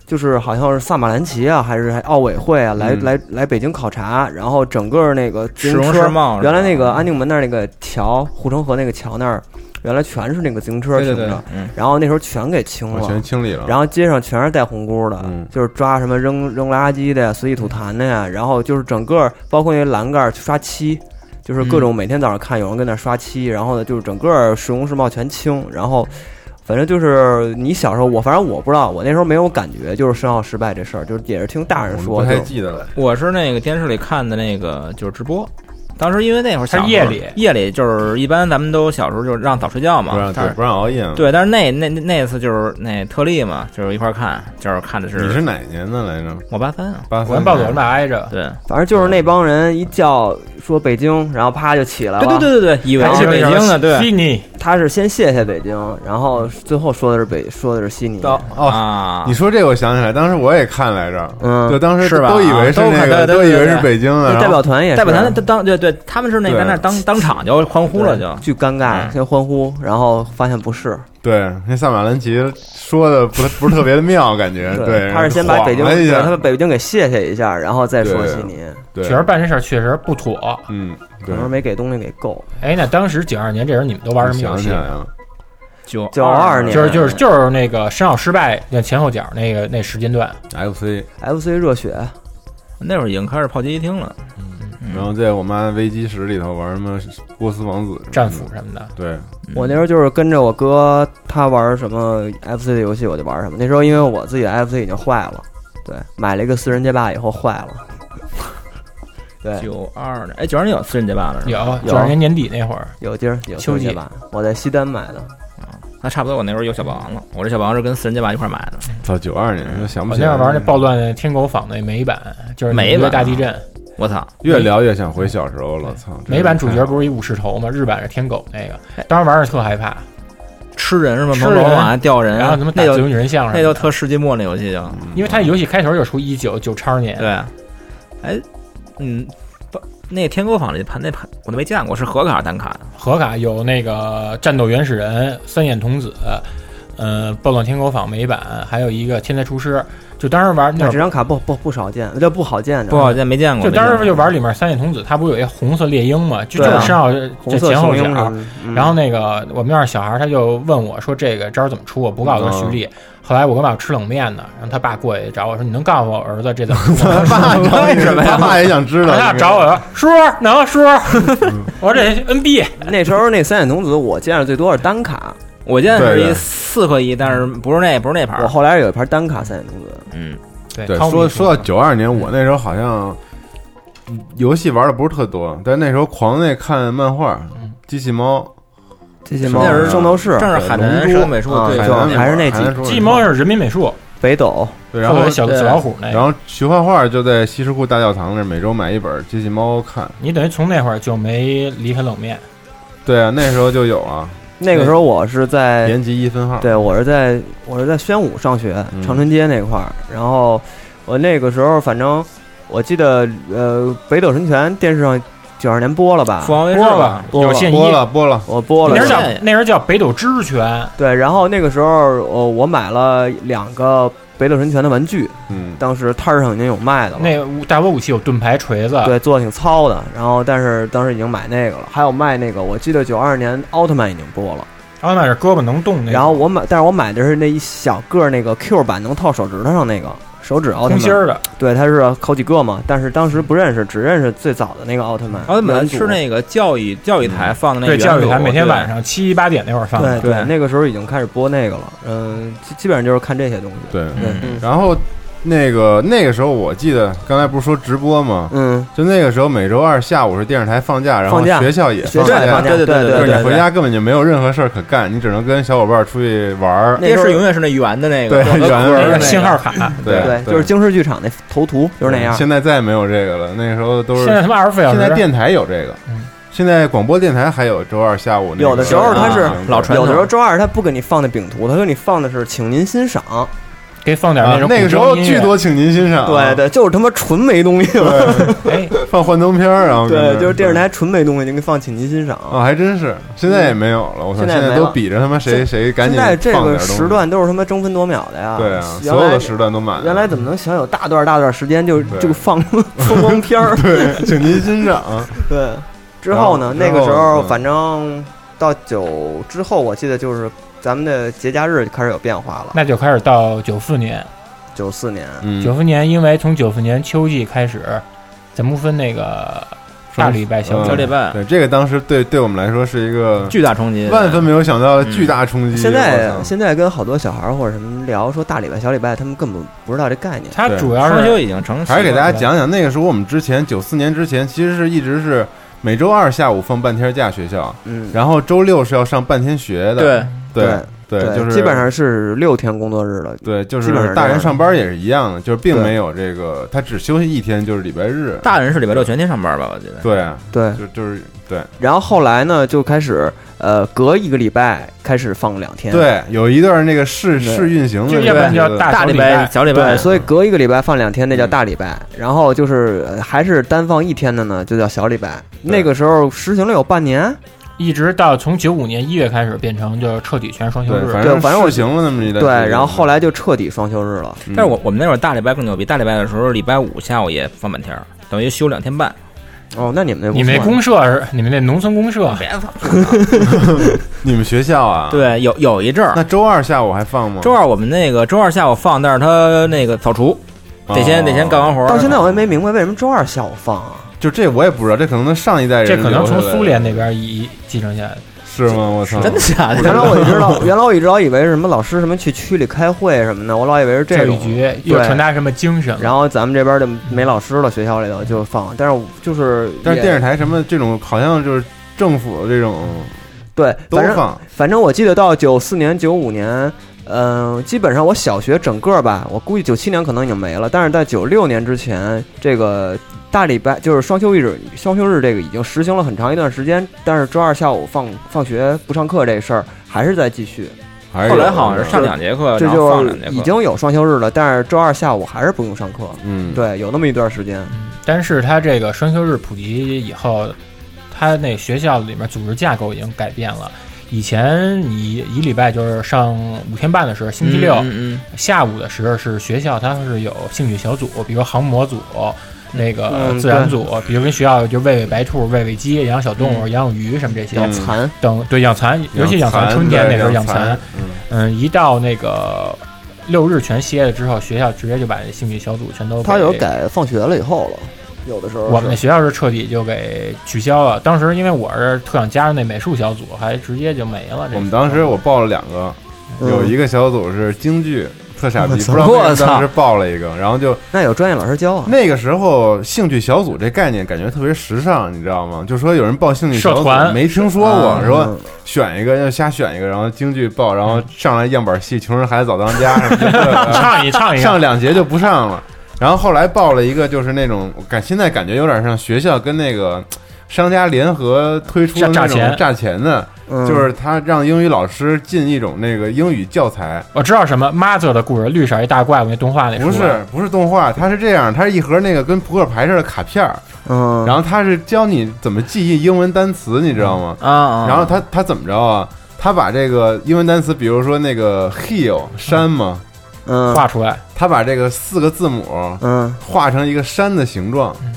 S12: 就是好像是萨马兰奇啊，还是还奥委会啊，来、
S2: 嗯
S12: 来来北京考察，然后整个那个自
S2: 市
S12: 行
S2: 容
S12: 车
S2: 市貌是吧
S12: 原来那个安定门那儿那个桥，护城河那个桥那儿，原来全是那个自行车
S10: 对
S12: 停
S10: 对
S12: 着，
S10: 对嗯
S12: 然后那时候全给清了，
S10: 我全清理
S2: 啊
S10: 了
S12: 然后街上全是带红箍的，
S2: 嗯
S12: 就是抓什么扔扔垃圾的呀，随地吐痰的呀，然后就是整个包括那栏杆儿刷漆，
S2: 嗯
S12: 就是各种每天早上看有人跟那刷漆，然后呢就是整个市容市貌全清，然后。反正就是你小时候，我反正我不知道，我那时候没有感觉，就是申奥失败这事儿，就是也是听大人说，
S10: 我不太
S12: 就是
S10: 记得了。
S2: 我是那个电视里看的那个就是直播，当时因为那会儿
S12: 它
S2: 小时候
S12: 夜里
S2: 夜里就是一般咱们都小时候就是让早睡觉嘛，
S10: 不
S11: 啊
S10: 让
S2: 但
S10: 对不让熬夜嘛
S2: 对，但是那那那那次就是那特例嘛，就是一块儿看，就是看的是
S10: 你是哪年的来着？
S2: 我八三啊，
S10: 八
S2: 我跟暴走咱俩挨着，对，
S12: 反正就是那帮人一叫说北京，然后啪就起来了。
S2: 对对对对对以为是北京呢对悉
S11: 尼，
S12: 他是先谢谢北京，然后最后说的是北，说的是悉尼。
S2: 啊
S10: 哦，你说这我想起来，当时我也看来着，
S12: 嗯
S10: 就当时
S12: 是吧
S10: 都以为是
S2: 都
S10: 那
S2: 看对
S10: 个，
S2: 对
S10: 都
S2: 对
S10: 以为
S2: 对
S10: 是北京的，
S12: 那
S10: 然后
S12: 代表团也是
S2: 代表团当对对，他们是那
S12: 对
S2: 在那儿当当场就欢呼了，就
S12: 巨尴尬，
S10: 嗯
S12: 先欢呼，然后发现不是，
S10: 对，那萨马兰奇说的不不是特别的妙，感觉哎对，
S12: 他是先把北京，
S10: 晃了一
S12: 对
S10: 下
S12: 他把北京给谢谢一下，然后再说
S10: 对
S12: 悉尼。
S10: 对
S11: 觉得办这事儿确实不妥。
S10: 嗯，
S12: 可能没给东西给够。
S11: 哎，那当时九二年这时候你们都玩什么游戏？
S2: 九
S12: 92年
S11: 就是就是就是那个申奥失败那前后脚那个那时间段。
S12: 嗯
S10: FC
S12: FC 热血，
S2: 那会儿已经开始泡街机厅了，
S11: 嗯
S10: 然后在我妈危机室里头玩什么波斯王子、
S12: 战斧
S11: 什么的，
S10: 对，
S12: 我那时候就是跟着我哥，他玩什么 FC 的游戏，我就玩什么。那时候因为我自己的 FC 已经坏了，对，买了一个私人街霸以后坏了。对，
S2: 九二年，哎，九二年有私人街霸了是吧？
S12: 有
S11: 92年年底那会儿
S12: 有地儿有私
S2: 秋
S12: 人
S2: 季
S12: 街霸，我在西单买的。
S2: 那差不多，我那时候有小霸王了，我这小霸王是跟私人街霸一块儿买的。
S10: 到九二年就想不
S11: 我
S10: 起
S11: 那
S10: 来
S11: 会儿
S10: 了。
S11: 玩那暴乱的天狗坊那美版，就是
S2: 美版
S11: 纽约
S2: 啊
S11: 大地震。
S2: 我操，
S10: 越聊越想回小时候了，操！
S11: 美版主角不是一武士头吗？日版是天狗那个，当时玩儿特害怕，
S2: 吃人是吗？
S11: 吃
S2: 蒙罗
S11: 人
S2: 马吊人，
S11: 然后他妈打
S2: 嗯那就
S11: 自由女神像什么
S2: 那就
S11: 的
S2: 特世纪末那游戏就。
S10: 嗯
S11: 因为它游戏开头就出一九九叉年。
S2: 对，哎，嗯，不，那天狗坊那盘那盘我都没见过，是盒卡还是单卡的？
S11: 盒卡有那个战斗原始人、三眼童子，呃，暴乱天狗坊美版，还有一个天才厨师。就当时玩
S12: 那
S11: 那会
S12: 这
S11: 儿
S12: 张卡不不不少见，这不好见，
S2: 不好见没见过
S11: 就
S2: 没
S11: 当
S2: 见过
S11: 时就玩里面三眼童子，他不是有一红色猎鹰嘛？就
S2: 对
S11: 就
S2: 啊
S11: 是身上
S2: 红
S11: 这
S2: 色
S11: 前后
S2: 雄鹰什
S11: 角
S2: 么的。嗯
S11: 然后那个我们院小孩儿他就问我说：“这个招儿怎么出？”我不告诉他徐
S2: 嗯
S11: 丽。后来我跟爸爸吃冷面呢，然后他爸过去找我说：“你能告诉我儿子这
S2: [laughs]
S11: 怎么出吗？”
S10: 爸
S11: 我说
S10: 为什么呀
S11: 我说
S10: 爸也想知道
S11: [laughs] 他爸找我说：“叔能叔，
S2: 嗯
S11: 我说这 NB
S12: 那时候那三眼童子我见的最多是单卡，
S2: 我见的是一四合一，但是不是那不是那盘。
S12: 我后来有一盘单卡三眼童子，
S2: 嗯，
S11: 对
S10: 对，说说到九二年，我那时候好像嗯游戏玩的不是特多，但那时候狂那看漫画，机器猫。
S12: 机器猫圣斗士正是海南
S10: 龙珠
S12: 省美术队
S10: 啊
S12: 对
S10: 海
S12: 就
S10: 南
S12: 还是那
S10: 海南
S12: 几
S11: 季猫是人民美术，
S12: 北斗，
S10: 对，然后
S11: 小
S10: 对
S11: 小老虎那个
S10: 然后徐画画就在西什库大教堂那儿每周买一本《机器猫》看。
S11: 你等于从那会儿就没离开冷面。
S10: 对啊，那时候就有啊。
S12: 那个时候我是在
S10: 年级一分号，
S12: 对我是在我是在宣武上学，长春街那块儿。然后我那个时候反正我记得呃，《北斗神拳》电视上九二年播了吧？
S11: 凤凰卫视播了
S12: 播
S11: 有线一
S12: 播
S11: 播了
S10: 播了，
S12: 我播了。
S11: 那时候叫那时候叫北斗之拳，
S12: 对，然后那个时候我我买了两个《北斗神拳》的玩具，
S10: 嗯，
S12: 当时摊儿上已经有卖的了。
S11: 那武大波武器有盾牌、锤子，
S12: 对，做的挺糙的，然后但是当时已经买那个了，还有卖那个，我记得九二年奥特曼已经播了，
S11: 奥特曼是胳膊能动那个，
S12: 然后我买，但是我买的是那一小个儿那个 Q 版能套手指头上那个手指奥特
S11: 空
S12: 曼
S11: 心儿的，
S12: 对，它是好几个嘛，但是当时不认识，只认识最早的那个奥特曼，
S2: 然后每
S12: 元
S2: 次
S12: 祖
S2: 是那个教育教育台放的那个
S11: 对教育
S2: 元
S11: 台
S2: 祖
S11: 每天
S2: 对
S11: 晚上七八点那会儿放
S12: 对
S11: 的，
S12: 对，那个时候已经开始播那个了，嗯，基基本上就是看这些东西，
S10: 对
S12: 对，
S10: 然后那个那个时候，我记得刚才不是说直播吗？
S12: 嗯，
S10: 就那个时候每周二下午是电视台放假，然后
S12: 放假
S10: 学校也
S12: 学校也
S10: 假，
S12: 放假对对对对对
S10: 就是
S12: 对对
S10: 你回家根本就没有任何事儿可干，你只能跟小伙伴出去玩儿。
S2: 电视永远是那圆的那个，
S10: 对
S2: 有个
S10: 圆的
S2: 壳儿
S10: 那
S2: 那
S10: 个
S2: 个
S10: 信号卡对
S12: 对，
S10: 对
S12: 就是京市剧场那头图就是那样，
S10: 现在再也没有这个了，那时候都是
S12: 现在他妈24小时嗯
S10: 现在电台有这个，现在广播电台还有周二下午那个
S12: 有的时候他是
S10: 嗯
S12: 有的时候周二他不给你放那饼图，他给你放的是请您欣赏，
S11: 给放
S10: 啊那个时候巨多，请您欣赏。啊
S12: 对对，就是他妈纯没东西了，
S11: [laughs] 哎，
S10: 放幻灯片儿啊，我跟你
S12: 对，
S10: 说
S12: 就是电视台纯没东西，就给你放请您欣赏
S10: 啊，还真是，现在也没有了。我操，
S12: 现
S10: 现
S12: 在也没
S10: 都
S12: 了
S10: 比着他妈谁
S12: 现
S10: 谁赶紧
S12: 现在这
S10: 放点
S12: 个
S10: 东西
S12: 时段都是他妈争分夺秒的呀，
S10: 对啊，
S12: 原
S10: 所有
S12: 来
S10: 的时段都啊满了。
S12: 原来怎么能享有大段大段时间就就放 [laughs] 风光片儿？
S10: 对，请您欣赏。
S12: 对，之后呢，
S10: 然
S12: 那个
S10: 后
S12: 时候
S10: 嗯
S12: 反正到九之后，我记得就是咱们的节假日就开始有变化了。
S11: 那就开始到九四年，
S12: 九
S10: 哎嗯
S2: 嗯
S12: 四年，
S11: 九四年因为从九四年秋季开始，咱不分那个大礼拜小
S10: 嗯
S11: 礼
S2: 拜
S10: 对这个当时对对我们来说是一个
S2: 巨大冲击
S10: 万分没有想到的巨大冲击。
S12: 嗯现
S10: 我
S12: 在
S10: 操
S12: 现在跟好多小孩儿或者什么聊说大礼拜小礼拜，他们根本不知道这概念。
S10: 对还是给大家讲
S12: 讲。
S10: 讲那个时候我们之前九四年之前，其实是一直是每周二下午放半天假学校，
S12: 嗯
S10: 然后周六是要上半天学的，
S12: 对
S10: 对
S12: 对
S10: 就是
S12: 基本上是六天工作日了。
S10: 对，就
S12: 基本上
S10: 是
S12: 是
S10: 大人
S12: 这样
S10: 上班也是一样的，就是并
S12: 对
S10: 没有这个，他只休息一天，就是礼拜日。
S2: 大人是礼拜六全天上班吧？我记得。
S10: 对啊
S12: 对，
S10: 就就是对。
S12: 然后后来呢，就开始呃，隔一个礼拜开始放两天。
S10: 对，有一段那个试
S12: 对
S10: 试运行的
S12: 对
S10: 那个，
S12: 对，嗯所以隔一个礼拜放两天，那叫大礼拜。然后就是呃还是单放一天的呢，就叫小礼拜。那个时候实行了有半年，
S11: 一直到从九五年一月开始变成就彻底全双休日，
S12: 对，反正我对，
S11: 对，
S12: 然后后来就彻底双休日了。
S10: 嗯
S2: 但是我我们那会儿大礼拜更牛逼，大礼拜的时候礼拜五下午也放半天儿，等于休两天半。
S12: 哦，那你们那
S11: 你们那公社是你们那农村公社，
S2: 别操，
S10: 你们学校啊？
S2: 对，有有一阵儿。
S10: 那周二下午还放吗？
S2: 嗯周二我们那个周二下午放，但是他那个扫除，
S10: 哦
S12: 哦
S2: 得先得先干完活儿。
S12: 到现在我也没明白为什么周二下午放啊。
S10: 就这我也不知道，这可能能上一代人
S11: 这可能
S10: 留下
S11: 从
S10: 来
S11: 苏
S10: 的
S11: 联那边一继承下来的。
S10: 是吗？我
S2: [laughs]
S10: 操，
S11: 真的假的
S12: 原来我一直老，原来我一直老以为是什么老师什么去区里开会什么的，我老以为是这种
S11: 教育局
S12: 对
S11: 又传达什么精神
S12: 然后咱们这边就没老师了，学校里头就放，但是我就是也，
S10: 但是电视台什么这种好像就是政府这种
S12: 对，
S10: 都
S12: 反正
S10: 放
S12: 反正我记得到九四年、九五年，嗯、基本上我小学整个吧，我估计九七年可能已经没了，但是在九六年之前，这个大礼拜就是双休日，双休日这个已经实行了很长一段时间，但是周二下午放放学不上课这事儿还是在继续。
S10: 还是
S2: 后来好像是上两节课
S12: 这
S2: 呃然后放
S12: 就
S2: 两节课
S12: 已经有双休日了，但是周二下午还是不用上课。
S10: 嗯，
S12: 对，有那么一段时
S2: 嗯
S12: 间。
S11: 嗯但是它这个双休日普及以后，它那学校里面组织架构已经改变了。以前你一礼拜就是上五天半的时候，星期六、
S2: 嗯嗯
S11: 下午的时候是学校，它是有兴趣小组，比如航模组、那个
S2: 嗯
S11: 自然组，比如跟学校就喂喂白兔、喂喂鸡、养小动物、
S2: 嗯
S11: 养养鱼什么这些。
S2: 养蚕
S11: 等对养蚕，尤其养蚕，
S2: 蚕
S11: 春天
S2: 对
S11: 那时候
S2: 养
S11: 养蚕
S2: 蚕，
S11: 嗯，一到那个六日全歇了之后，学校直接就把兴趣小组全都
S12: 他有
S11: 给
S12: 改放学了以后了，有的时候
S11: 我们
S12: 是
S11: 那学校是彻底就给取消了。当时因为我是特想加入那美术小组，还直接就没了。这
S10: 我们当时我报了两个，
S11: 嗯
S10: 有一个小组是京剧，特傻逼，
S11: 我
S10: 不
S11: 操
S10: 知道为什么
S11: 我操
S10: 当时报了一个，然后就
S12: 那有专业老师教啊。
S10: 那个时候兴趣小组这概念感觉特别时尚，你知道吗？就说有人报兴趣小
S11: 社
S10: 组
S11: 团，
S10: 没听说过，
S11: 嗯
S10: 说选一个要瞎选一个，然后京剧报，然后上来样板戏《穷人孩子早当家》
S11: [laughs]
S10: 什么的，
S11: 唱一唱一
S10: 上两节就不上了。然后后来报了一个，就是那种我感现在感觉有点像学校跟那个商家联合推出的
S11: 诈
S10: 那
S11: 诈
S10: 种
S11: 钱
S10: 诈钱的，
S11: 嗯
S10: 就是他让英语老师进一种那个英语教材，
S11: 我知道什么 Mother 的故事，绿色一大怪物那动画那
S10: 不
S11: 出
S10: 是
S11: 来
S10: 不是动画，它是这样，它是一盒那个跟扑克牌似的卡片儿，
S12: 嗯，
S10: 然后它是教你怎么记忆英文单词，你知道吗？
S2: 啊
S10: 然后他他怎么着啊？他把这个英文单词，比如说那个 hill 山嘛，
S12: 嗯，
S11: 画出来，
S10: 他把这个四个字母，
S12: 嗯，
S10: 画成一个山的形状。
S12: 你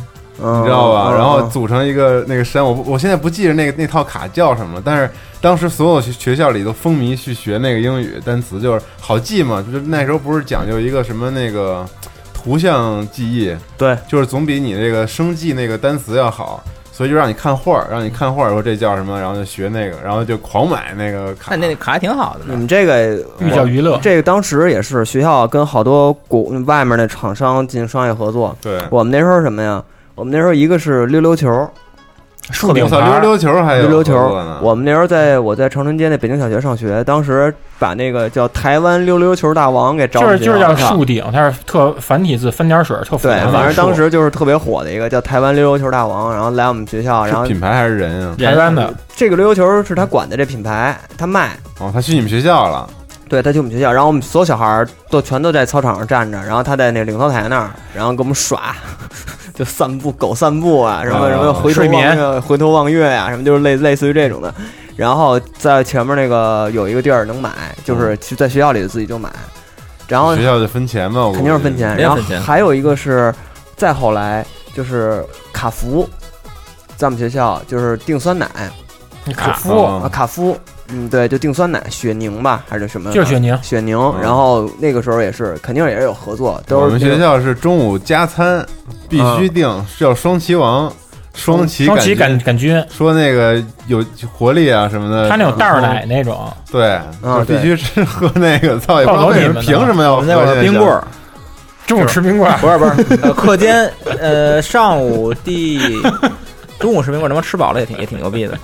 S10: 你知道吧？
S12: 嗯
S10: 然后
S12: 嗯
S10: 组成一个那个山，我不我现在不记着那个那套卡叫什么了，但是当时所有学学校里都风靡去学那个英语单词，就是好记嘛，就是那时候不是讲究一个什么那个图像记忆，
S12: 对，
S10: 就是总比你这个生记那个单词要好。所以就让你看画儿，让你看画儿，说这叫什么，然后就学那个，然后就狂买那个卡。
S2: 看那卡还挺好的呢。
S12: 你们嗯这个
S11: 寓教于
S10: [laughs]
S11: 乐，
S12: 这个当时也是学校跟好多国外面的厂商进行商业合作。
S10: 对
S12: 我们那时候什么呀？我们那时候一个是溜溜球，
S11: 竖
S12: 顶
S10: 我操溜溜球还有
S12: 溜溜球
S10: 合作呢。
S12: 我们那时候在我在长春街那北京小学上学，当时把那个叫台湾溜溜球大王给招
S11: 就是
S12: 进
S11: 就是
S12: 学校
S11: 叫
S12: 了
S11: 竖顶，它是特繁体字翻点水，特复
S12: 对
S11: 杂，的
S12: 反正当
S11: 竖
S12: 时就是特别火的一个叫台湾溜溜球大王，然后来我们学校，然后
S10: 是品牌还是人啊？
S11: 台湾的
S12: 这个溜溜球是他管的这品牌，他卖，
S10: 哦，他去你们学校了。
S12: 对，他去我们学校，然后我们所有小孩儿都全都在操场上站着，然后他在那个领操台那儿，然后给我们耍， [laughs] 就散步狗散步啊，什么
S2: 啊
S12: 什么回头
S2: 睡
S12: 望
S2: 眠
S12: 月回头望月啊呀、什么就是类类似于这种的。然后在前面那个有一个地儿能买，就是去在学校里自己就买，然后
S10: 学校就分钱嘛，我
S12: 哦肯定是分钱。然后还有一个是，再后来就是卡福，在我们学校就是订酸奶，
S11: 卡夫
S10: 哦
S12: 啊卡夫，嗯对，就订酸奶，雪凝吧还是什么？
S11: 就是雪凝
S12: 雪凝。然后那个时候也是，肯定也是有合作，都是
S10: 我们
S12: 那
S10: 学
S12: 种
S2: 啊
S10: 校是中午加餐必须定，叫双棋王。双旗
S11: 双旗杆杆菌，
S10: 说那个有活力啊什么的，
S11: 它那种袋儿奶那种，
S10: 对，
S11: 啊
S10: 就必须
S11: 对
S10: 吃喝那个，操也不知道
S11: 暴走
S10: 为什
S11: 你们
S10: 么
S11: 呢
S10: 凭什么要
S2: 我
S10: 喝
S2: 们那会儿
S10: 这个
S2: 冰棍儿
S10: 酱，
S11: 中午吃冰棍儿，
S2: 不是不是，呃，课间呃上午第中午吃冰棍儿，他妈吃饱了也挺也挺牛逼的。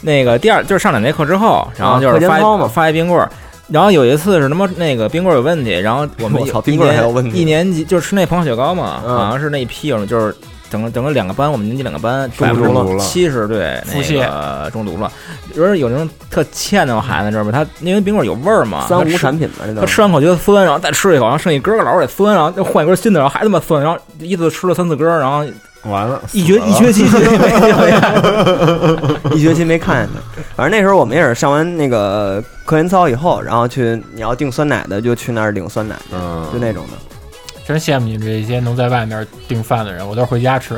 S2: 那个第二就是上两节课之后，然后就
S12: 啊课
S2: 是
S12: 间
S2: 发
S12: 操
S2: 一发一冰棍儿。然后有一次是他妈那个冰棍儿有问题，然后我们
S12: 我操
S2: 一
S12: 冰棍儿还有问题
S2: 一年级就是吃那膨化雪糕嘛，好像是那一批人就是整个整个两个班，我们年级两个班
S12: 中毒了
S2: 七十对
S12: 腹泻
S2: 那个中毒了。有人有那种特欠的孩子，知道吗？他因为冰棍儿有味儿嘛，
S12: 三
S2: 他
S12: 无
S2: 吃
S12: 产品嘛，这都
S2: 他 [laughs] 吃完口觉得酸，然后再吃一口，然后剩一根儿老师也酸，然后再换一根新的，然后还他妈酸，然后一次吃了三四根儿，然后
S10: 完了，
S2: 一学一学期
S12: 一学期没看见他。反正那时候我们也是上完那个课间操以后，然后去你要订酸奶的就去那儿领酸奶，
S10: 嗯
S12: 就那种的。
S11: 真羡慕你们这些能在外面订饭的人，我都是回家吃，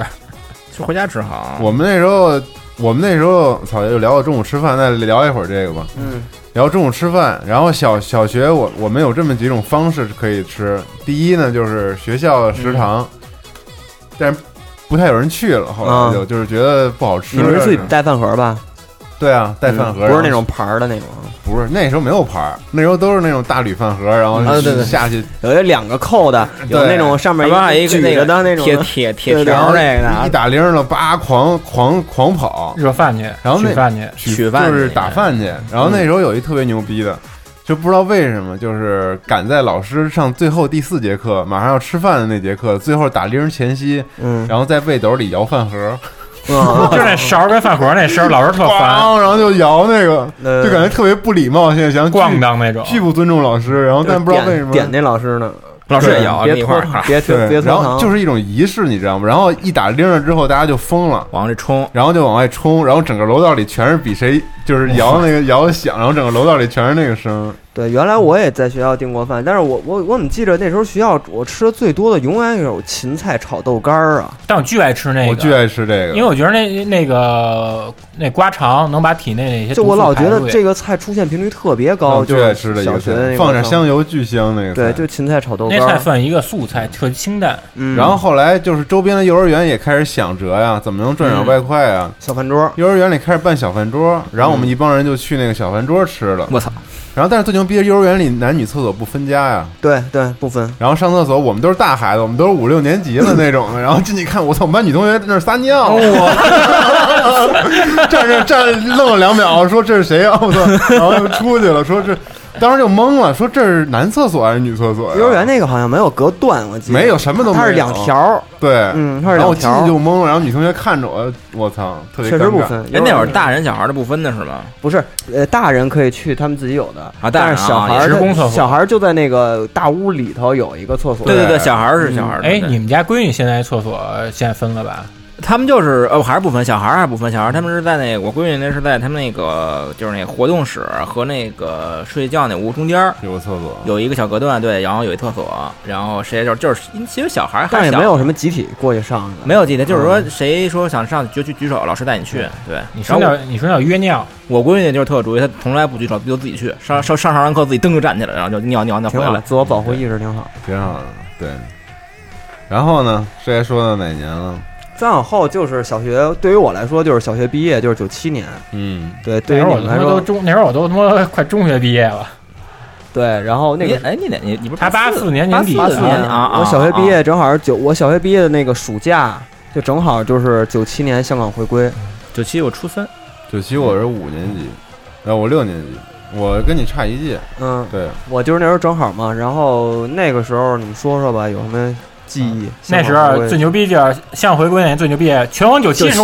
S2: 就回家吃好
S10: 我们那时候，我们那时候，操，就聊到中午吃饭，再聊一会儿这个吧。
S12: 嗯，
S10: 聊中午吃饭，然后小小学我我们有这么几种方式可以吃。第一呢，就是学校食堂，但是不太有人去了，后来就、
S12: 嗯啊
S10: 就是觉得不好吃。
S12: 你们是自己带饭盒吧？
S10: 对啊，带饭盒，
S12: 嗯不是那种盘儿的那种。
S10: 不是那时候没有盘儿，那时候都是那种大铝饭盒，然后
S12: 啊对对
S10: 下去
S12: 有有两个扣的，有
S10: 对
S12: 那种上面
S2: 还有一
S12: 一
S2: 个
S12: 举
S2: 那
S12: 着
S2: 个
S12: 的那种
S2: 铁铁铁
S12: 对
S2: 条儿那个
S10: 一
S2: 的，
S10: 打铃儿了，叭，狂狂狂跑，
S11: 热饭去，
S10: 然后那
S11: 取饭去，
S10: 取就是嗯打饭去。然后那时候有一特别牛逼的，就不知道为什么，就是赶在老师上最后第四节课，马上要吃饭的那节课，最后打铃儿前夕，
S12: 嗯，哦
S10: 然后在背斗里摇饭 [laughs] 盒，
S11: 就是那 [laughs] 勺儿跟饭盒那声儿，
S10: [laughs]
S11: 老师特烦，
S10: 咣然后就摇那个，
S12: 呃
S10: 就感觉特别不礼貌。现在想
S11: 咣当那种
S10: 巨不尊重老师。然后但不知道为什么
S12: 点点那老师呢，
S2: 老师也摇
S12: 别
S2: 那一
S12: 拖
S2: 块儿
S12: 别拖
S10: 对，
S12: 别拖
S10: 然
S12: 堂，
S10: 后就是一种仪式，你知道吗？然后一打铃了之后，大家就疯了，
S2: 往外冲，
S10: 然后就往外冲，然后整个楼道里全是比谁就是摇那个摇的响，然后整个楼道里全是那个声。
S12: 对，原来我也在学校订过饭，但是我我我怎么记着那时候学校我吃的最多的永远有芹菜炒豆干儿啊，
S11: 但我巨爱吃那个，
S10: 我巨爱吃这
S11: 因
S10: 个，
S11: 为我觉得那那个那瓜肠能把体内那些
S12: 就我老觉得这
S11: 个
S12: 个菜出现频率特别
S10: 我
S12: 高，哦就
S10: 巨爱嗯吃
S12: 是
S10: 的一
S12: 小
S10: 个
S12: 学的那
S10: 菜，
S12: 个
S10: 放点
S12: 菜
S10: 香油巨香那个
S12: 对，
S10: 菜。
S12: 就芹菜炒豆
S11: 那
S12: 干
S11: 菜
S12: 儿，
S11: 算一个素菜，特清淡，
S12: 嗯，
S10: 然后后来就是周边的幼儿园也开始想辙呀，怎么能赚
S12: 嗯
S10: 点外快啊？
S12: 小饭桌，
S10: 幼儿园里开始办小饭桌，然后我
S12: 嗯
S10: 们一帮人就去那个小饭桌吃了。
S2: 我操！
S10: 然后但是最牛逼的，幼儿园里男女厕所不分家呀。
S12: 对对，不分，
S10: 然后上厕所，我们都是大孩子，我们都是五六年级的那种的。然后进去看，我操，我们班女同学在那儿撒
S12: 哦
S10: 尿，我 [laughs] 站着站着愣了两秒，说这是谁啊？我操！然后又出去了，说这，当时就懵了，说这是男厕所还是女厕哎所呀？
S12: 幼儿园那个好像没有隔断，我记得
S10: 没有什么都没有
S12: 它是两条儿，
S10: 对，
S12: 嗯它是
S10: 然后我
S12: 两
S10: 进
S12: 条
S10: 去就懵了，然后女同学看着我，我操，特别
S12: 确实
S10: 尴
S12: 不
S10: 尬
S12: 分，
S2: 哎，
S12: 幼
S2: 那
S12: 儿
S2: 会儿
S12: 园
S2: 大人小孩儿都不分的是吗？
S12: 不是，呃，大人可以去他们自己有的
S2: 啊大
S12: 但
S2: 人啊
S12: 是小孩
S2: 也
S12: 儿
S2: 是公厕
S12: 的
S2: 所
S12: 小孩儿就在那个大屋里头有一个厕所，
S2: 对对对，小孩儿是小孩儿的。
S11: 哎，
S2: 对
S11: 你们家闺女现在厕所现在分了吧？
S2: 他们就是呃，还是不分，小孩儿还是不分，小孩儿他们是在那个我闺女那是在他们那个就是那个活动室和那个睡觉那屋中间儿
S10: 有个厕所，
S2: 有一个小隔断，对，然后有一厕所，然后谁就就是其实小孩儿还
S12: 但是也
S2: 小
S12: 没有什么集体过去上的，
S2: 没有记得，就是说谁说想上就去举手，老师带你去。对，
S11: 你说
S2: 然
S11: 那
S2: 后，
S11: 你说那约尿，
S2: 我闺女就是特有主意，她从来不举手，就自己去上上上上完课自己蹬就站起来，然后就尿尿尿
S12: [laughs]
S2: 回
S12: 挺好
S2: 来
S12: 的，。自我保护意识挺好。
S10: 挺好的，对。然后呢，这还说到哪年了？
S12: 再往后就是小学，对于我来说就是小学毕业就是九七年，
S10: 嗯，
S12: 对，对
S11: 那
S12: 于
S11: 会儿
S12: 你
S11: 我
S12: 们
S11: 他
S12: 来
S11: 妈都
S12: 说，
S11: 中，那会儿我都他妈快中学毕业了，
S12: 对，然后那
S2: 你
S12: 个
S2: 哎，你哪你你不是
S11: 他
S2: 八
S11: 84年年底
S2: 八四
S11: 84
S2: 年啊啊！
S12: 我小学毕
S2: 啊，
S12: 业正好是九，我小学毕业的那个暑假就正好就是九七年香港回归，
S2: 九七我初三，
S10: 九七我是五年级，呃，我六年级，我跟你差一届，
S12: 嗯，
S10: 对。
S12: 我就是那时候正好嘛，然后那个时候你们说说吧，有什么记忆？
S11: 那时
S12: 香港回
S11: 候
S12: 归
S11: 最牛逼就是像回归那年最牛逼，全网九七
S2: 97
S11: 是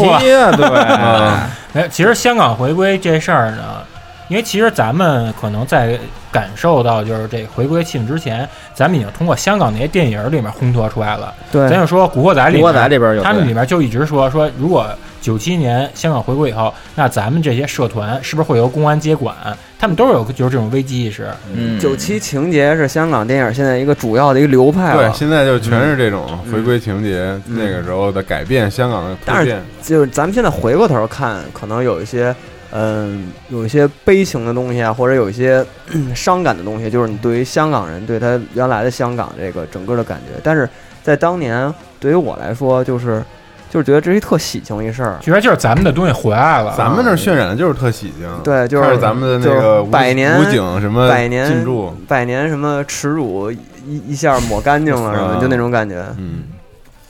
S11: 我。
S2: 啊，
S10: 啊
S2: 对，
S11: 没有，其实香港回归这事儿呢，因为其实咱们可能在感受到就是这回归气氛之前，咱们已经通过香港那些电影里面烘托出来了。
S12: 对，
S11: 咱就说《古惑仔》里面，
S2: 古惑仔里边有
S11: 他们
S2: 对
S11: 里面就一直说说，如果九七年香港回归以后，那咱们这些社团是不是会由公安接管？他们都有就是这种危机意识。
S2: 嗯，
S12: 九七情节是香港电影现在一个主要的一个流派
S10: 对，
S12: 了。嗯
S10: 现在就全是这种回归情节，那个时候的改变，香港的蜕
S12: 但是
S10: 变，
S12: 就是咱们现在回过头看，可能有一些，嗯、有一些悲情的东西啊，或者有一些嗯伤感的东西，就是你对于香港人对他原来的香港这个整个的感觉。但是在当年，对于我来说，就是。就是觉得这是一特喜庆一事儿。
S11: 觉得就是咱们的东西回来了，啊
S10: 咱们这渲染的就是特喜
S2: 嗯
S10: 庆，
S12: 啊对，就
S10: 看
S12: 是
S10: 着咱们的那个
S12: 就是百年
S10: 武警什么
S12: 百年
S10: 进驻，
S12: 百年什么耻辱一一一下抹干净
S2: [laughs]
S12: 了，什么
S11: 嗯
S12: 就那种感觉。
S10: 嗯，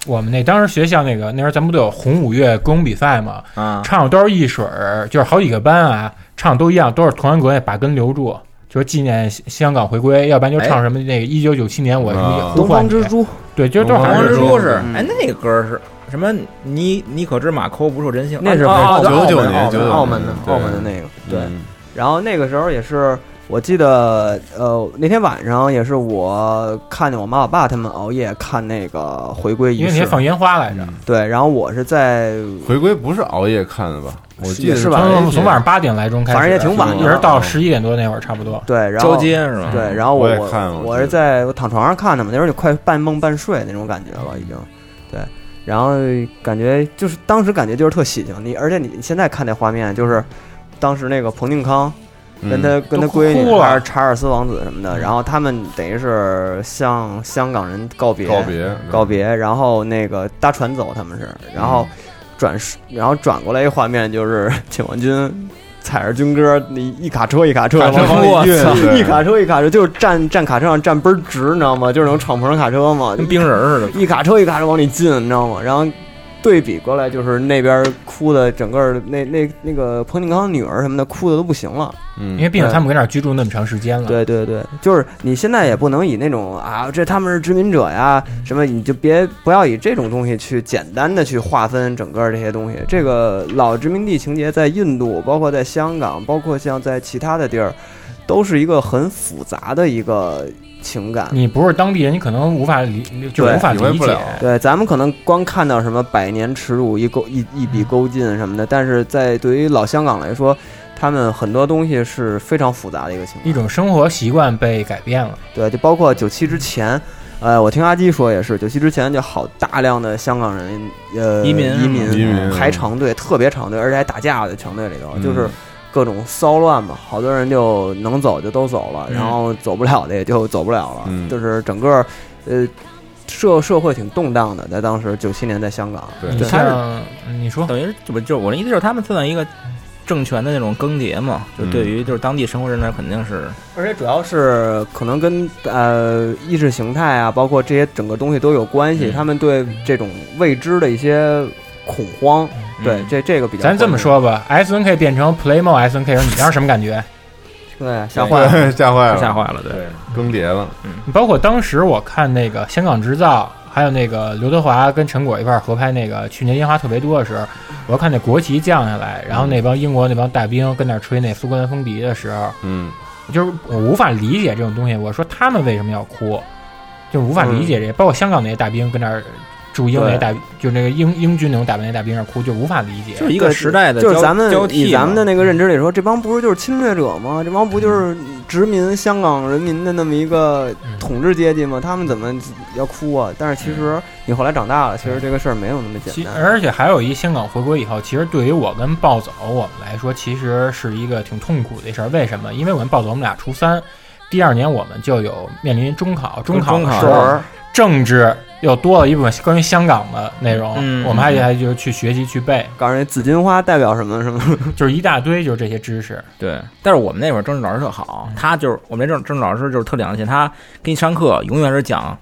S11: 我们那当时学校那个那时候咱们不都有红五月歌咏比赛嘛，
S2: 啊，
S11: 唱都是一水儿，就是好几个班啊，唱都一样，都是同安格那把根留住，就是纪念香港回归，要不然就唱什么那个一九九七年我什
S12: 啊
S11: 么呼
S2: 东
S11: 唤
S2: 方
S11: 你
S2: 之珠，
S11: 对，就是都是
S2: 东方
S11: 还
S2: 之
S11: 是
S2: 珠
S12: 嗯
S2: 是，哎，那个歌是什么？你你可知马抠不受真心？
S12: 那是
S2: 啊啊
S12: 澳
S2: 对
S12: 门
S2: 澳
S12: 澳
S2: 门
S12: 门澳
S2: 澳门
S12: 门
S2: 澳
S12: 澳
S2: 门
S12: 门的澳门的那个，对
S2: 嗯。
S12: 然后那个时候也是，我记得呃那天晚上也是我看见我妈我爸他们熬夜看那个回归仪
S11: 因为你
S12: 式
S11: 还，放烟花来着，
S12: 对，然后我是在
S10: 回归不是熬夜看的吧？我记得
S12: 是吧
S11: 从从晚上八点来钟开始，
S12: 反正也挺晚的
S11: 一直到十一点多那会儿差不多。
S12: 对，然后对，然后
S11: 我
S12: 我
S11: 也看了我
S12: 我是在我躺床上看的嘛，那时候就快半梦半睡那种感觉了，已经。对，然后感觉就是当时感觉就是特喜庆，你而且你现在看那画面，就是当时那个彭定康跟他、
S2: 嗯
S12: 跟他
S2: 都哭
S12: 闺女
S2: 了
S12: 还是查尔斯王子什么
S11: 嗯
S12: 的，然后他们等于是向香港人告别
S10: 告别嗯
S12: 告别，然后那个搭船走他们是，然后转然后转过来一个画面就是解放军。踩着军歌，你一卡车一卡车
S10: 卡车往里
S12: 往里
S10: 运对
S12: 一卡车一卡车，就是站站卡车上站倍儿直，你知道吗？就是那种敞篷卡车嘛，跟
S2: 冰人似的，
S12: 一卡车一卡车往里进，你知道吗？然后对比过来，就是那边哭的整个儿那那那个彭定康女儿什么的，哭的都不行了。
S10: 嗯
S11: 因为毕竟他们跟那儿居住那么长时间了，
S12: 对对对，就是你现在也不能以那种啊，这他们是殖民者呀，什么你就别不要以这种东西去简单的去划分整个这些东西。这个老殖民地情节在印度，包括在香港，包括像在其他的地儿，都是一个很复杂的一个情感。
S11: 你不是当地人，你可能无法理，就是无法理解。
S12: 对，咱们可能光看到什么百年耻辱一勾一一笔勾进什么的，但是在对于老香港来说，他们很多东西是非常复杂的一个情况。
S11: 一种生活习惯被改变了。
S12: 对，就包括九七之前，呃，我听阿基说也是，九七之前就好大量的香港人，呃，
S2: 移民
S12: 移民
S2: 移民
S12: 排长队，特别长队，而且还打架的长队里头，
S2: 嗯
S12: 就是各种骚乱嘛，好多人就能走就都走了，
S2: 嗯
S12: 然后走不了的也就走不了了，
S2: 嗯
S12: 就是整个，呃。社社会挺动荡的，在当时九七年在香港，
S2: 你
S12: 他是
S2: 像
S11: 嗯你说，
S2: 等于是就不就我的意思就是他们算一个政权的那种更迭嘛，就对
S12: 嗯
S2: 于就是当地生活人来肯定是
S12: 而且主要是可能跟呃意识形态啊，包括这些整个东西都有关
S2: 嗯
S12: 系。他们对这种未知的一些恐慌，
S2: 嗯
S12: 对这这个比较。
S11: 咱这么，说吧，S N K 变成 Playmo S N K 时，你当时什么感觉？
S12: 对，吓坏了，
S10: [laughs] 吓坏了，
S11: 吓坏了，对，
S10: 更迭了。
S11: 你包括当时我看那个《香港制造》，还有那个刘德华跟陈果一块儿合拍那个去年烟花特别多的时候，我要看那国旗降下来，
S12: 嗯
S11: 然后那帮英国那帮大兵跟那儿吹那苏格兰风笛的时候，
S10: 嗯，
S11: 就是我无法理解这种东西。我说他们为什么要哭，就是无法理解这，包括香港那些大兵跟那儿驻英那些大，就是那个英英军那种打扮那大兵那儿哭，就无法理解，
S2: 就是一个时代的
S12: 就是
S2: 交
S12: 咱们
S2: 交替嘛嗯
S12: 以咱们的那个认知里说，这帮不是就是侵略者吗？这帮不就是殖民香港人民的那么一个
S11: 嗯
S12: 统治阶级吗？他们怎么要哭啊？但
S2: 嗯
S12: 是其实你后来长大了，其实这个事儿没有那么
S11: 其
S12: 简单。
S11: 而且还有一香港回归以后，其实对于我跟暴走我们来说，其实是一个挺痛苦的事儿。为什么？因为我们暴走我们俩初三，第二年我们就有面临中考，中考
S2: 中
S11: 的
S2: 考
S11: 时
S2: 作
S11: 候
S2: 文
S11: 政治又多了一部分关于香港的内容，
S12: 嗯
S11: 我们还得还就是去学习去背，
S12: 告诉你紫金花代表什么什
S2: [laughs]
S12: 么，
S11: 就是一大堆就是这些知识。
S2: 对，但是我们那会儿政治老师特
S12: 嗯
S2: 好，他就是我们那政政治老师就是特良心，他给你上课永远是讲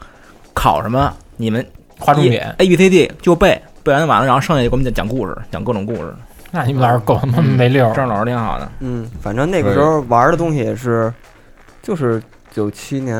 S2: 考什么，你们
S11: 划重点
S2: ，A B C D 就背，背完完了，然后剩下给我们讲讲故事，讲各种故事。
S11: 那你们老师够他妈没溜
S12: 哦
S11: 儿
S2: 政治老师挺好的，
S12: 嗯，反正那个时候玩的东西也是，就是九七年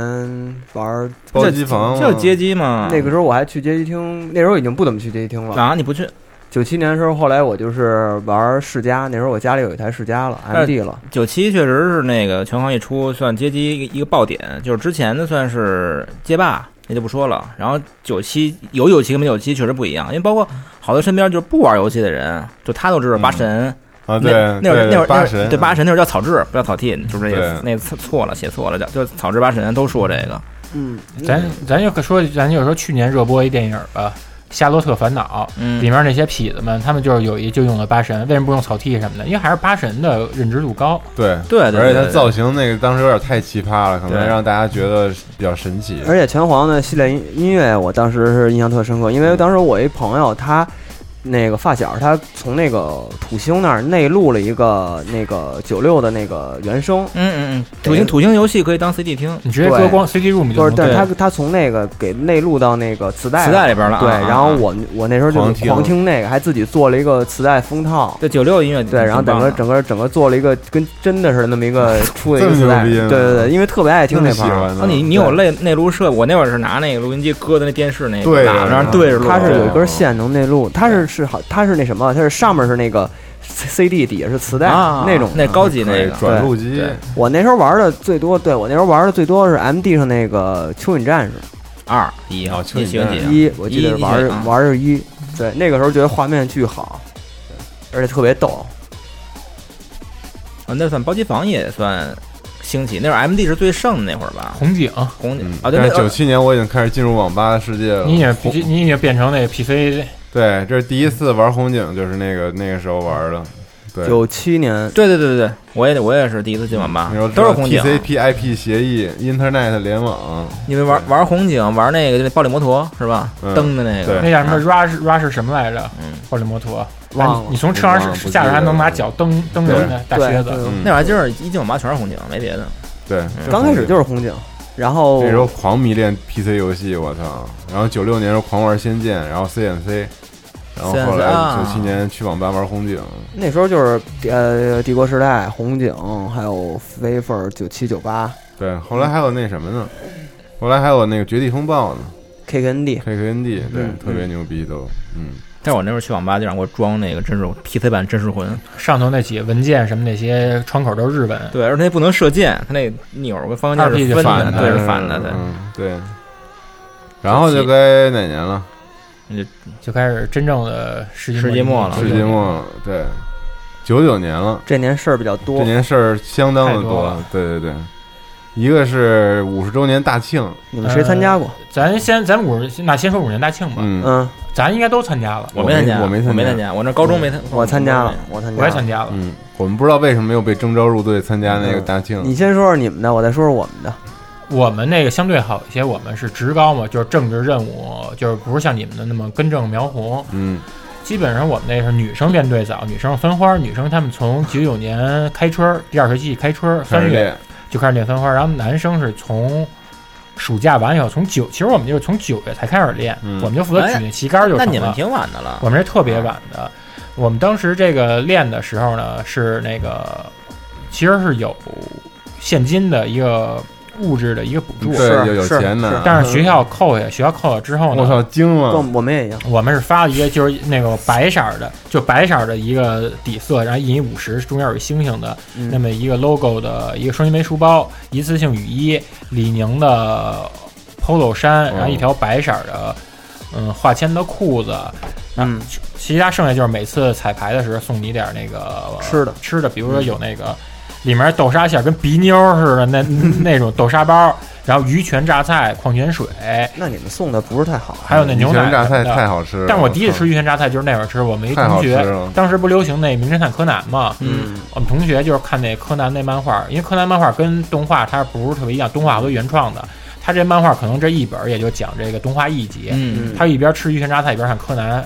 S12: 玩
S10: 包机房
S2: 就街机嘛
S12: 那个时候我还去街机厅，那时候已经不怎么去街机厅了
S2: 啊！你不去？
S12: 九七年的时候，后来我就是玩世嘉，那时候我家里有一台世嘉了，MD 了。。
S2: 九七确实是那个全行一出算街机一个一个爆点，就是之前的算是街霸，那就不说了。然后九七有九七跟没九七确实不一样，因为包括好多身边就是不玩游戏的人，就他都知道八神。
S10: 嗯啊
S2: 那
S10: 对
S2: 那会儿
S10: 对
S2: 那会儿
S10: 八
S2: 那会儿
S10: 神
S2: 对
S10: 嗯
S2: 八神那会儿叫草治，不叫草剃，就是那个
S10: 对
S2: 那错错了写错了，叫就是草治八神都说这个。
S12: 嗯，
S11: 咱咱就可说，咱就说去年热播一电影吧，《夏洛特烦恼》
S2: 嗯
S11: 里面那些痞子们，他们就是有一就用了八神，为什么不用草剃什么的？因为还是八神的认知度高。
S10: 对
S11: 对对
S10: 而且
S11: 对
S10: 它
S11: 对
S10: 造型那个当时有点太奇葩了，可能
S12: 对嗯
S10: 让大家觉得比较神奇。
S12: 而且拳皇的系列音音乐，我当时是印象特深刻，因为当时我一朋友他那个发小他从那个土星那儿内录了一个那个九六的那个原声，
S2: 嗯嗯嗯，土星土星游戏可以当 CD 听，
S11: 你直接搁光 CD room
S12: 不是，但是他他从那个给内录到那个磁带
S2: 磁带里边了
S12: 对，
S2: 啊啊
S12: 然后我我那时候就
S2: 狂
S12: 是
S2: 听
S12: 狂听那个，还自己做了一个磁带封套。
S2: 对九六音乐
S12: 对，然后整个整个整个做了一个跟真的似的那么一
S2: [laughs]
S12: 个出了一个磁带，
S2: 这么牛逼啊
S12: 对
S2: 吗
S12: 对对，因为特别爱听那盘儿。
S2: 啊，你你有内内录设备？我那会儿是拿那个录音机搁在那电视那个
S12: 对，
S2: 哪那对着录，啊
S12: 它是有一根线能内录，它是是好，它是那什么，它是上面是那个 C D，底下是磁带
S2: 啊
S12: 那种
S2: 那高级那个
S12: 对
S2: 转录机
S12: 对我那时候玩的最多，对我那时候玩的最多是 M D 上那个《蚯蚓战士》
S2: 二一啊，你喜欢几啊？
S12: 一，我记得
S2: 一
S12: 玩
S2: 你
S12: 儿
S2: 喜欢啊
S12: 玩儿是一，对，那个时候觉得画面巨好，而且特别逗。
S2: 啊，那算包机房也算兴起，那会儿 MD 是最盛的那会儿吧？
S12: 嗯
S11: 红警，
S2: 红警啊，对，
S10: 嗯
S2: 那
S10: 但是九七年我已经开始进入网吧的世界了。
S11: 你也必须你已经变成那个 PC
S10: 对，这是第一次玩红警，就是那个那个时候玩的。对，
S12: 七年，
S2: 对对对对对，我也我也是第一次进网吧
S10: 你说，
S2: 都是红警。啊
S10: TCP/IP 协议，Internet 联网。
S2: 你们玩玩红警，玩那个就那暴力摩托是吧？
S10: 嗯
S2: 蹬的那个，
S11: 那叫什么
S2: 啊
S11: rush rush 什么来着？暴力摩托，
S2: 忘了
S11: 你从车上下来还能拿脚蹬蹬人的大靴子，
S2: 那玩意儿就是一进网吧全是红警，没别的。
S10: 对，
S12: 嗯刚开始就是红警，然后
S10: 那时候狂迷恋 PC 游戏，我操！然后九六年时候狂玩《仙剑》，然后 CNC，然后后来
S12: CNC 啊
S10: 九七年去网吧玩红警。
S12: 那时候就是呃帝国时代、红警，还有 Wafer 九七九八
S10: 对，后来还有那什么呢？后来还有那个《绝地风暴》呢
S12: KKND
S10: ，KKND，对
S2: 嗯，
S10: 特别牛逼都。嗯，
S2: 但是我那会儿去网吧就让我装那个真是 PC 版真实魂，
S11: 上头那几个文件什么那些窗口都是日文，
S2: 对，而且那不能射箭，它那钮儿跟方向键是分的，对，是反的，对。
S10: 嗯对。然后就该哪年了？
S2: 就
S11: 就开始真正的世纪
S10: 世纪末了，对，九九年了，
S12: 这年事儿比较多，
S10: 这年事儿相当的
S11: 太多了
S10: 对对对，一个是五十周年大庆，
S12: 你
S11: 呃？咱先咱五十那先说五年大庆吧，
S10: 嗯
S12: 嗯，
S11: 咱应该都参加了，
S10: 我没参加我没我没参加我没参加
S2: 我那高中没参
S12: 嗯我参加了，我参加，
S11: 我也参加了。
S10: 嗯，我们不知道为什么又被征召入队参加那个大庆，
S12: 你先说说你们的，我再说说我们的。
S11: 我们那个相对好一些，我们是职高嘛，就是政治任务，就是不是像你们的那么根正苗红。
S10: 嗯，
S11: 基本上我们那是女生编队早，女生分花，女生她们从九九年开春儿，第二学期开春儿
S10: 开始
S11: 三月
S10: 练
S11: 就开始练分花，然后男生是从暑假完以后，从九其实我们就是从九月才开始练，
S2: 嗯
S11: 我们就负责
S2: 哎
S11: 举那旗杆儿就成了。
S2: 那你们挺晚的了
S11: 我们是特别晚的。我们当时这个练的时候呢，是那个其实是有现金的一个物质的一个补助，
S10: 对嗯是有有是钱的是嗯
S11: 但是学校扣下，学校扣下之后呢，
S10: 我操惊了跟
S12: 我们也一样，
S11: 我们是发了一个就是那个白色儿的，就白色儿的一个底色，然后印五十，中间有一星星的、
S12: 嗯
S11: 那么一个 logo 的一个双肩背书包，一次性雨衣，李宁的 polo 衫，然后一条白色儿的嗯化纤的裤子。
S12: 嗯，
S11: 其他剩下就是每次彩排的时候送你点儿那个吃的吃的，比如说有那个里面豆沙馅儿跟鼻妞儿似的那 [laughs] 那种豆沙包，然后鱼泉榨菜、矿泉水，
S12: 那你们送的不是太好，啊
S11: 还有那牛奶
S10: 鱼泉榨菜
S11: 什么的
S10: 太好吃了嗯
S11: 但我第一次吃鱼泉榨菜就是那会儿吃，我们一
S10: 太好
S11: 同
S10: 吃
S11: 学
S10: 了
S11: 当时不流行那名侦探柯南嘛，嗯，我们同学就是看那柯南那漫画，因为柯南漫画跟动画它不是特别一样，动画和原创的。他这漫画可能这一本儿也就讲这个动画一集，
S2: 嗯
S11: 他一边吃鱼泉榨菜一边看柯南。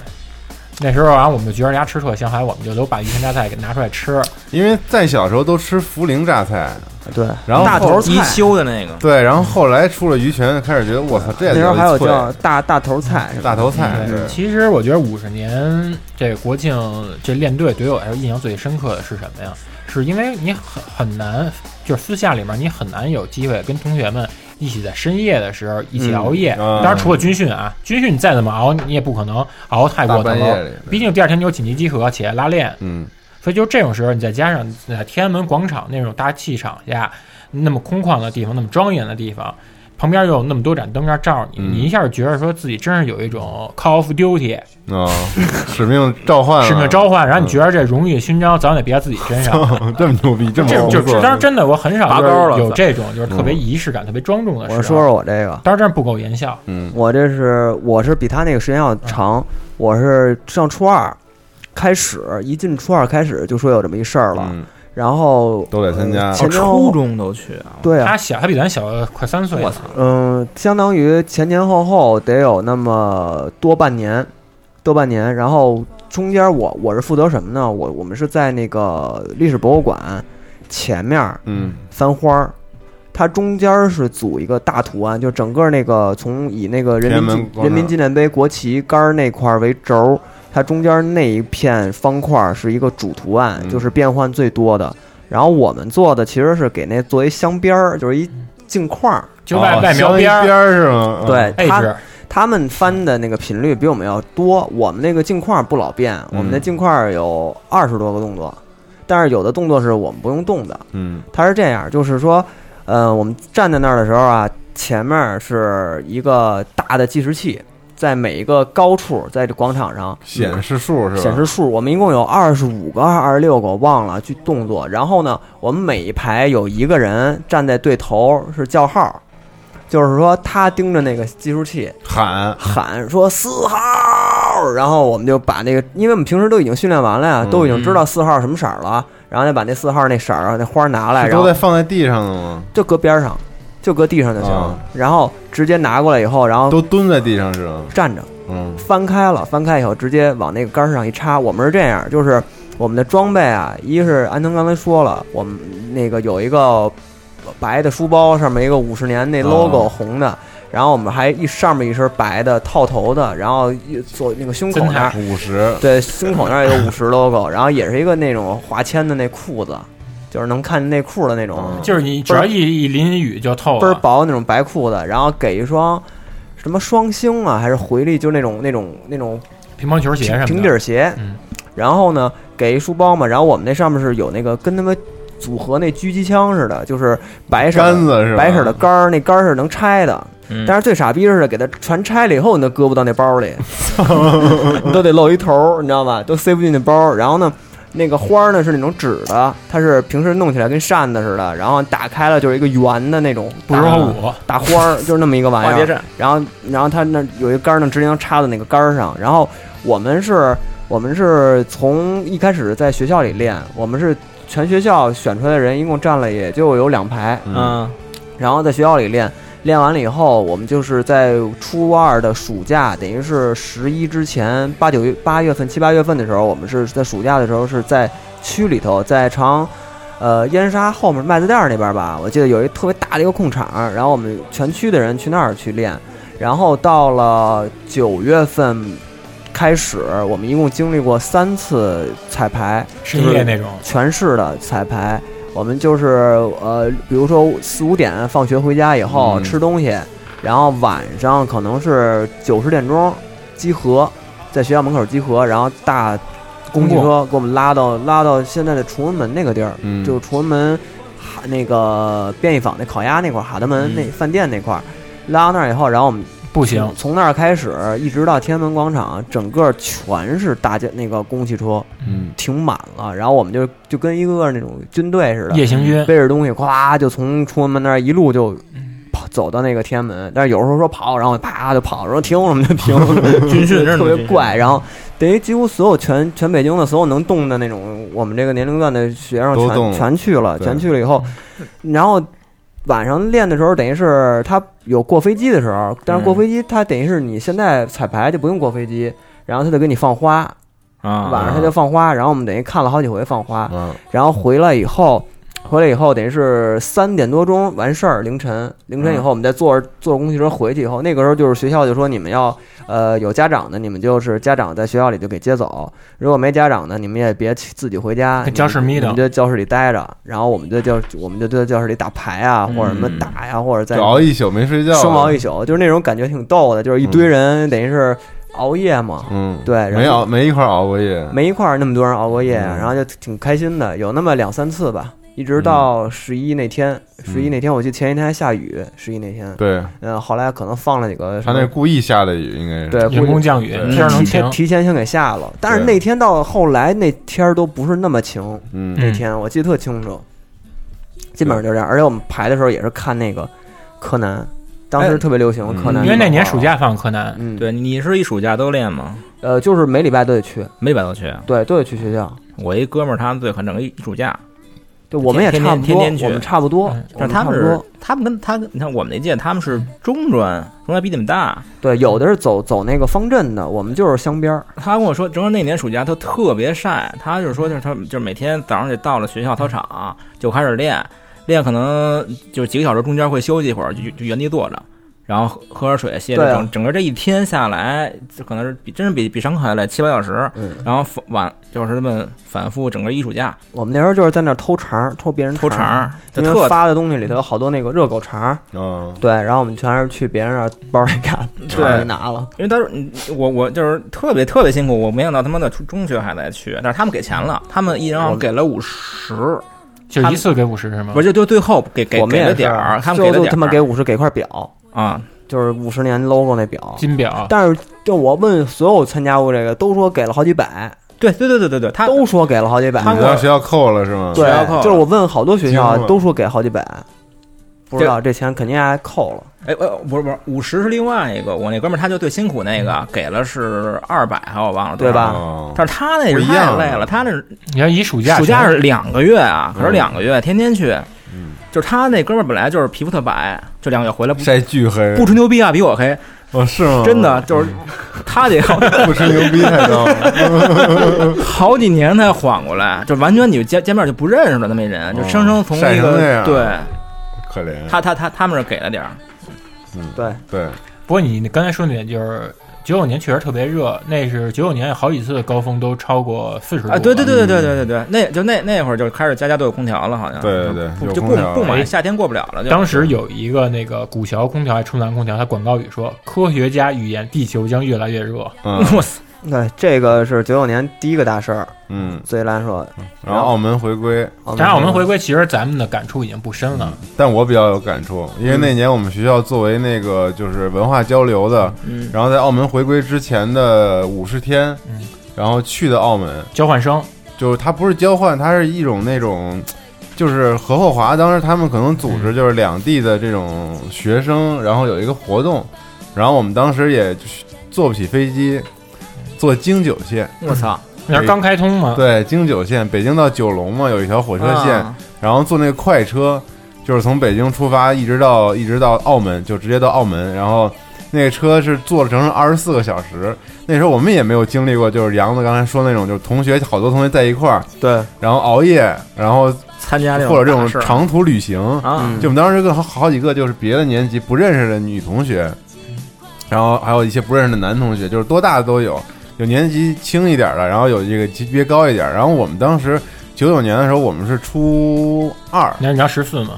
S11: 那时候啊，我们就觉得人家吃特香，还有我们就都把鱼泉榨菜给拿出来吃。
S10: 因为在小时候都吃涪陵榨菜，
S12: 对，
S10: 然后
S11: 大头
S10: 后
S11: 菜一休的那个
S10: 对，然后后来出了鱼泉，开始觉得我操，这也
S12: 那时候
S10: 叫一
S12: 还有嗯
S10: 脆
S12: 叫大大头菜是吧，
S10: 大头
S2: 哎
S10: 菜，
S11: 对
S10: 对，
S11: 其实我觉得五十年这个国庆这练队对我来说印象最深刻的是什么呀？是因为你很很难，就是私下里面你很难有机会跟同学们一起在深夜的时候一起熬夜。
S2: 嗯啊
S11: 当然，除了军训啊，军训你再怎么熬，你也不可能熬太过头
S2: 大半夜里，
S11: 毕竟第二天你有紧急集合且拉练。
S10: 嗯，
S11: 所以就这种时候，你再加上在天安门广场那种大气场下，那么空旷的地方，那么庄严的地方，旁边又有那么多盏灯在照着你，你一下就觉得说自己真是有一种 call of duty，
S10: 啊，使命召唤，
S11: 使命召唤，然后你觉得这荣誉勋章早晚得别在自己身
S10: [laughs]
S11: 上。
S10: 唤，这么牛逼，这么
S11: 种就
S10: 工作
S11: 是当时真的，我很少
S10: 嗯拔
S11: 就是
S10: 高了
S11: 有
S10: 咱
S11: 这种就是特别仪式感、特别庄重的时候。
S12: 我说说我这个，
S11: 当时真是不苟言笑。
S10: 嗯，
S12: 我这是我是比他那个时间要长，我是上初二开始，一进初二开始就说有这么一事儿
S10: 嗯
S12: 了，然后
S10: 都得参加
S12: 呃前前后
S2: 啊初
S12: 后
S2: 中都去啊，
S12: 对啊
S11: 他，小，他比咱小快三岁。
S2: 我操！
S12: 嗯，相当于前前后后得有那么多半年，多半年，然后中间我我是负责什么呢？我我们是在那个历史博物馆前面，
S10: 嗯，
S12: 翻花儿。它中间是组一个大图案，就整个那个从以那个人
S10: 天安
S12: 民
S10: 门
S12: 纪
S10: 广场
S12: 人民纪念碑国旗杆儿那块儿为轴，它中间那一片方块儿是一个主图案，
S10: 嗯
S12: 就是变换最多的。然后我们做的其实是给那作为镶边儿，就是一镜框儿，
S11: 就外哦外描边儿镶一边儿是吗嗯
S12: 对，
S11: 配
S12: 它
S11: 置
S12: 哎他们翻的那个频率比我们要多，我们那个镜框不老变，我
S10: 嗯
S12: 们那镜框有二十多个动作，但是有的动作是我们不用动的。
S10: 嗯，
S12: 它是这样，就是说，呃，我们站在那儿的时候啊，前面是一个大的计时器，在每一个高处，在这广场上
S10: 显示数是吧？
S12: 显示数，我们一共有二十五个、二十六个，我忘了去动作。然后呢，我们每一排有一个人站在对头，是叫号，就是说他盯着那个计数器
S10: 喊
S12: 喊说四号，然后我们就把那个，因为我们平时都已经训练完了呀，都已经知道四号什么色儿了，然后再把那四号那色儿那花儿拿来，
S10: 是
S12: 然后
S10: 都在放在地上的吗？
S12: 就搁边儿上，就搁地上就行了。
S10: 啊
S12: 然后直接拿过来以后，然后
S10: 都蹲在地上是吗？
S12: 站着，
S10: 嗯，
S12: 翻开了，翻开以后直接往那个杆儿上一插。我们是这样，就是我们的装备啊，一是安藤刚才说了，我们那个有一个白的书包，上面一个五十年那 logo、
S13: 哦
S12: 红的。然后我们还一上面一身白的套头的，然后一左那个胸口那儿
S10: 五十，
S12: 对，胸口那儿有五十 logo，然后也是一个那种华铅的那裤子，就是能看见内裤的那种，
S11: 就是你只要一一淋雨就透
S12: 倍儿
S11: 了，
S12: 薄那种白裤子，然后给一双什么双星啊，还是回力，就那种那种那种
S11: 乒乓球鞋什么的嗯
S12: 平底儿鞋。然后呢，给一书包嘛，然后我们那上面是有那个跟他们组合那狙击枪似的，就是白色的
S10: 杆子是吧
S12: 白色的杆儿，那杆儿是能拆的。
S11: 嗯
S12: 但是最傻逼是给它全拆了以后，你都搁不到那包
S11: [laughs]
S12: 里，你都得露一头儿，你知道吧？都塞不进那包儿。然后呢，那个花儿呢是那种纸的，它是平时弄起来跟扇子似的，然后打开了就是一个圆的那种
S11: 不
S12: 大
S11: 是说我
S12: 大花儿，就是那么一个玩意
S11: 花
S12: 儿。
S11: 蝶扇
S12: 然后然后它那有一杆儿呢，直接能插到那个杆儿上。然后我们是，我们是从一开始在学校里练，我们是全学校选出来的人，一共站了也就有两排，
S2: 嗯，
S12: 然后在学校里练。练完了以后，我们就是在初二的暑假，等于是十一之前八九月八月份、七八月份的时候，我们是在暑假的时候是在区里头，在长呃燕莎后面麦子店儿那边吧，我记得有一特别大的一个空场，然后我们全区的人去那儿去练，然后到了九月份开始，我们一共经历过三次彩排，
S11: 深夜那种
S12: 就是全市的彩排。我们就是呃，比如说四五点放学回家以后、
S13: 嗯
S12: 吃东西，然后晚上可能是九十点钟集合，在学校门口集合，然后大公汽车给我们拉到拉到现在的崇文门那个地儿，
S13: 嗯
S12: 就是崇文门哈那个便宜坊那烤鸭那块儿，哈德门那
S11: 嗯
S12: 饭店那块儿，拉到那儿以后，然后我们
S11: 不行
S12: 从那儿开始一直到天安门广场，整个全是大家那个公汽车，
S10: 嗯，
S12: 停满了，然后我们就就跟一个个那种军队似的，
S11: 夜行军
S12: 背着东西，咵就从崇文门那儿一路就。跑走到那个天安门，但是有时候说跑，然后啪就跑，说停我们就停，
S2: [laughs] 军训真是
S12: 特别
S2: 军训
S12: 怪。然后等于几乎所有全全北京的所有能动的那种我们这个年龄段的学生
S13: 都动
S12: 全
S13: 了
S12: 全去了，
S13: 对
S12: 全去了以后，然后晚上练的时候，等于是他有过飞机的时候，但是
S2: 嗯
S12: 过飞机他等于是你现在彩排就不用过飞机，然后他就给你放花，
S2: 啊
S12: 晚上他就放花，然后我们等于看了好几回放花，
S11: 啊
S12: 然后回来以后，回来以后等于是三点多钟完事儿，凌晨凌晨以后我们再坐着坐着公汽车回去以后，那个时候就是学校就说你们要呃有家长的，你们就是家长在学校里就给接走，如果没家长的，你们也别去自己回家，
S11: 跟教室眯
S12: 你
S11: 瞪
S12: 们就在教室里待着，然后我们就教我们就在教室里打牌啊，或者什么打呀，或者在
S10: 就
S11: 嗯
S10: 熬一宿没睡觉，
S12: 生熬一宿，就是那种感觉挺逗的，就是一
S11: 嗯
S12: 堆人等于是熬夜嘛，
S10: 嗯，
S12: 对，然后
S10: 没熬没一块儿熬过夜，
S12: 没一块儿那么多人熬过夜，啊然后就挺开心的，有那么两三次吧，一直到十一那天，十一那天我记得前一天还下雨，十一那天，
S10: 对，
S12: 嗯，后来可能放了几个
S10: 他
S12: 什么，
S10: 那故意下的雨，应该是
S12: 对故意
S10: 对
S12: 提前提前先给下了，但是
S10: 对
S12: 那天到后来那天儿都不是那么晴，
S10: 嗯
S12: 那天我记得特清楚，基本上就这样，而且我们排的时候也是看那个柯南，当时特别流行柯南，
S11: 因为那年暑假放柯南，
S12: 嗯，
S2: 对，你是一暑假都练吗？
S12: 呃，就是每礼拜都得去，
S2: 每礼拜都去。啊
S12: 对，都得去学校。
S2: 我一哥们儿，他们队可能整个一暑假，
S12: 对，我们也
S2: 天
S12: 差
S2: 天
S12: 不
S2: 天
S12: 多，
S2: 天去
S12: 我们差不多
S2: 嗯，
S12: 我们差
S2: 但是他
S12: 不
S2: 们
S12: 多
S2: 是。他们跟他跟你看我们那届他们是中专，中专比你们大。
S12: 对，有的是走走那个方阵的，我们就是镶边儿。
S2: 他跟我说，正好那年暑假他特别晒，他就是说就是他就是每天早上得到了学校操场就开始练，练可能就是几个小时，中间会休息一会儿，就就原地坐着。然后喝喝点水歇
S12: 对
S2: 着，
S12: 啊
S2: 整整个这一天下来，就可能是比真是比比上课还累，七八小时。
S12: 嗯
S2: 然后反晚就是这么反复整个一暑假，
S12: 我们那时候就是在那儿偷肠儿，偷别人
S2: 偷肠儿
S12: 嗯因
S2: 就特
S12: 为发的东西里头有好多那个热狗肠儿。
S10: 嗯，
S12: 对，然后我们全是去别人那儿包里干，
S2: 对
S12: 全给拿了。
S2: 因为当时嗯我我就是特别特别辛苦，我没想到他妈的初中学还在去，但是他们给钱了，他们一人好像给了五十，
S11: 就一次给五十是吗？
S2: 不是就就最后给 [laughs] 给
S12: 我们
S2: 给
S12: 也
S2: 了
S12: 是
S2: 点儿，他们
S12: 最
S2: 给
S12: 后就
S2: 了点儿，
S12: 他妈给五十给块表
S2: 啊，
S12: 就是五十年 logo 那表
S11: 金表
S12: 但是就我问所有参加过这个，都说给了好几百。
S2: 对对对对对对，他
S12: 都说给了好几百。
S10: 你们让学校扣了是吗？
S12: 对，就是我问好多学校
S10: 惊了
S12: 都说给好几百，不知道这钱肯定还扣了。
S2: 哎哎不是不是五十是另外一个，我那哥们儿他就最辛苦那个给了是二百，还我忘了多
S12: 嗯对吧
S2: 少
S10: 啊
S2: 但是他那
S11: 不
S2: 是
S11: 一
S2: 太
S11: 样
S12: 啊
S2: 累了，他那是
S11: 你看一暑假，
S2: 暑假是两个月啊，可是
S11: 嗯
S2: 两个月天天去，
S12: 嗯
S2: 就是他那哥们儿本来就是皮肤特白，这两个月回来不
S10: 晒巨黑，
S2: 不吹牛逼啊，比我黑。
S10: 哦，是
S12: 嗯
S10: 吗？
S2: 真的就是他得
S12: [laughs]
S10: 不吹牛逼太高了
S2: 好几年才缓过来，就完全你就见见面就不认识了那么一人，
S12: 哦
S2: 就生生从
S10: 晒
S2: 那
S10: 成那
S2: 个
S10: 样
S12: 啊
S2: 对
S10: 可怜。
S2: 他他他他们是给了点儿，
S12: 对
S10: 对，
S11: 不过你刚才说那就是九九年确实特别热，那是九九年好几次的高峰都超过四十度
S2: 啊，对对对对对
S10: 嗯
S2: 对对对，那就那那会儿就开始家家都有空调了，好像
S11: 对对对
S2: 不
S11: 有
S2: 就
S11: 空
S2: 不
S11: 调
S2: 不买
S11: 哎
S2: 夏天过不了了，就
S11: 当时有一个那个古桥空调还是春兰空调，它广告语说：“科学家预言地球将越来越热。” [laughs]
S2: 哇塞！
S12: 对，这个是九九年第一个大事儿。
S10: 嗯，
S12: 所以来说，
S10: 然后澳门回归，
S11: 但是我们回归，其实咱们的感触已经不深了。
S2: 嗯
S10: 但我比较有感触，因为那年我们学校作为那个就是文化交流的，
S11: 嗯
S10: 然后在澳门回归之前的五十天，然后去的澳门
S11: 交换生，
S10: 就是它不是交换，它是一种那种。就是何厚华当时他们可能组织就是两地的这种学生，然后有一个活动，然后我们当时也就是坐不起飞机，坐京九线，
S2: 我操，
S11: 那是刚开通嘛？
S10: 对，京九线，北京到九龙嘛，有一条火车线，
S11: 嗯啊
S10: 然后坐那个快车，就是从北京出发，一直到一直到澳门，就直接到澳门。然后那个车是坐了整整二十四个小时。那时候我们也没有经历过，就是杨子刚才说那种，就是同学好多同学在一块儿，
S12: 对，
S10: 然后熬夜，然后
S2: 参加那种
S10: 或者这
S2: 大
S10: 种嗯
S2: 事儿
S10: 长途旅行
S2: 啊
S10: 就我们当时跟好好几个就是别的年级不认识的女同学，然后还有一些不认识的男同学，就是多大的都有，有年级轻一点的，然后有这个级别高一点。然后我们当时九九年的时候，我们是初二，
S11: 你看你要十四嘛，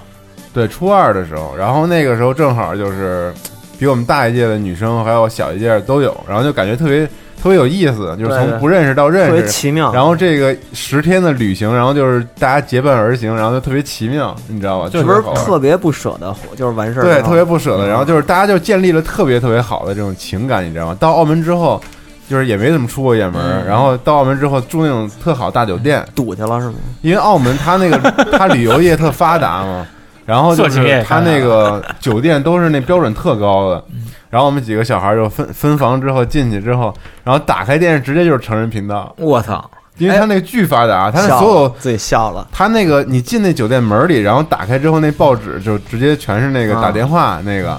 S10: 对，初二的时候，然后那个时候正好就是比我们大一届的女生还有小一届的都有，然后就感觉特别特别有意思，就是
S12: 对
S10: 从
S12: 对
S10: 不认识到认识，
S12: 特别奇妙
S10: 然后这个十天的旅行，然后就是大家结伴而行，然后就特别奇妙，你知道吧？
S12: 是不
S10: 特
S12: 是
S10: 别好玩
S12: 特别不舍得，就是嗯完事儿
S10: 对，
S12: 之后
S10: 特别不舍得。然后就是大家就建立了特别特别好的这种情感，你知道吗？到澳门之后，就是也没怎么出过远门儿，
S12: 嗯
S10: 然后到澳门之后住那种特好大酒店，
S12: 堵去了是吗？
S10: 因为澳门它那个它旅游业特发达嘛，然后就
S11: 色情业
S10: 是
S11: 也
S10: 它
S11: 发达嗯
S10: 那个 [laughs] 酒店都是那标准特高的。然后我们几个小孩儿就分分房之后进去之后，然后打开电视直接就是成人频道，
S2: 我操！
S10: 因
S11: 哎
S10: 为它那个巨发达，它那
S12: 笑
S10: 所有
S12: 了自己笑了。
S10: 他那个你进那酒店门儿里，然后打开之后，那报纸就直接全是那个
S12: 啊
S10: 打电话那个，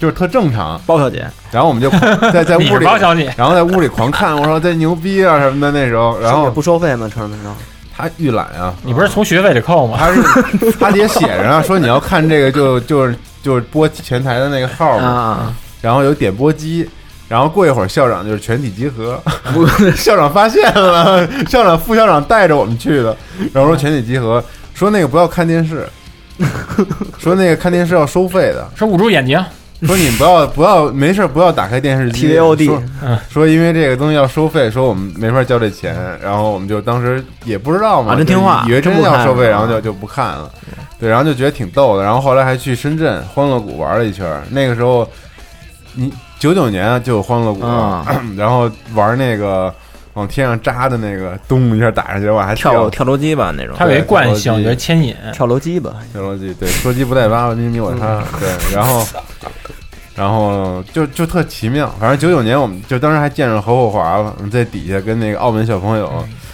S10: 就是特正常。
S2: 包小姐，
S10: 然后
S11: [laughs]
S10: 我们就在
S2: 哎
S10: 在屋
S11: 你是
S10: 里，
S11: 包小姐
S10: 然后在屋里狂看，我说这牛逼啊什么的。那时
S11: [laughs]
S10: 候，然
S12: 是
S10: 后
S12: 不收费吗？成人频道
S10: 他预览啊，
S11: 你不是从学费里扣
S2: 啊
S11: 吗？
S10: 他是他也写着啊，说你要看这个就就是就是播前台的那个号嘛，然后有点播机。然后过一会儿，校长就是全体集合。校长发现了，校长、副校长带着我们去的，然后说全体集合，说那个不要看电视，说那个看电视要收费的，
S11: 说捂住眼
S2: 啊
S11: 睛，
S10: 说你不要不要没事儿不要打开电视机
S12: TVOD
S10: 说
S11: 嗯
S10: [laughs] 说因为这个东西要收费，说我们没法交这钱，然后我们就当时也不知道嘛，
S2: 啊真听话
S10: 就以为真
S2: 真不看
S10: 要收费，
S2: 是吧
S10: 然后就就不看了，对，然后就觉得挺逗的，然后后来还去深圳欢乐谷玩了一圈儿，那个时候你九九年啊就有欢乐谷了，
S2: 啊
S10: [clears throat] 然后玩那个往天上扎的那个，咚一下打上去，我还
S2: 跳跳楼机吧那种，
S11: 它有一惯性，就是牵引。
S12: 跳楼机吧，
S10: 跳楼机，对，说鸡不带八，你你我他，
S12: 嗯
S10: 对，然后，然后就就特
S12: 嗯
S10: 奇妙，反正九九年我们就当时还见着何厚华了，我们在底下跟那个澳门小朋友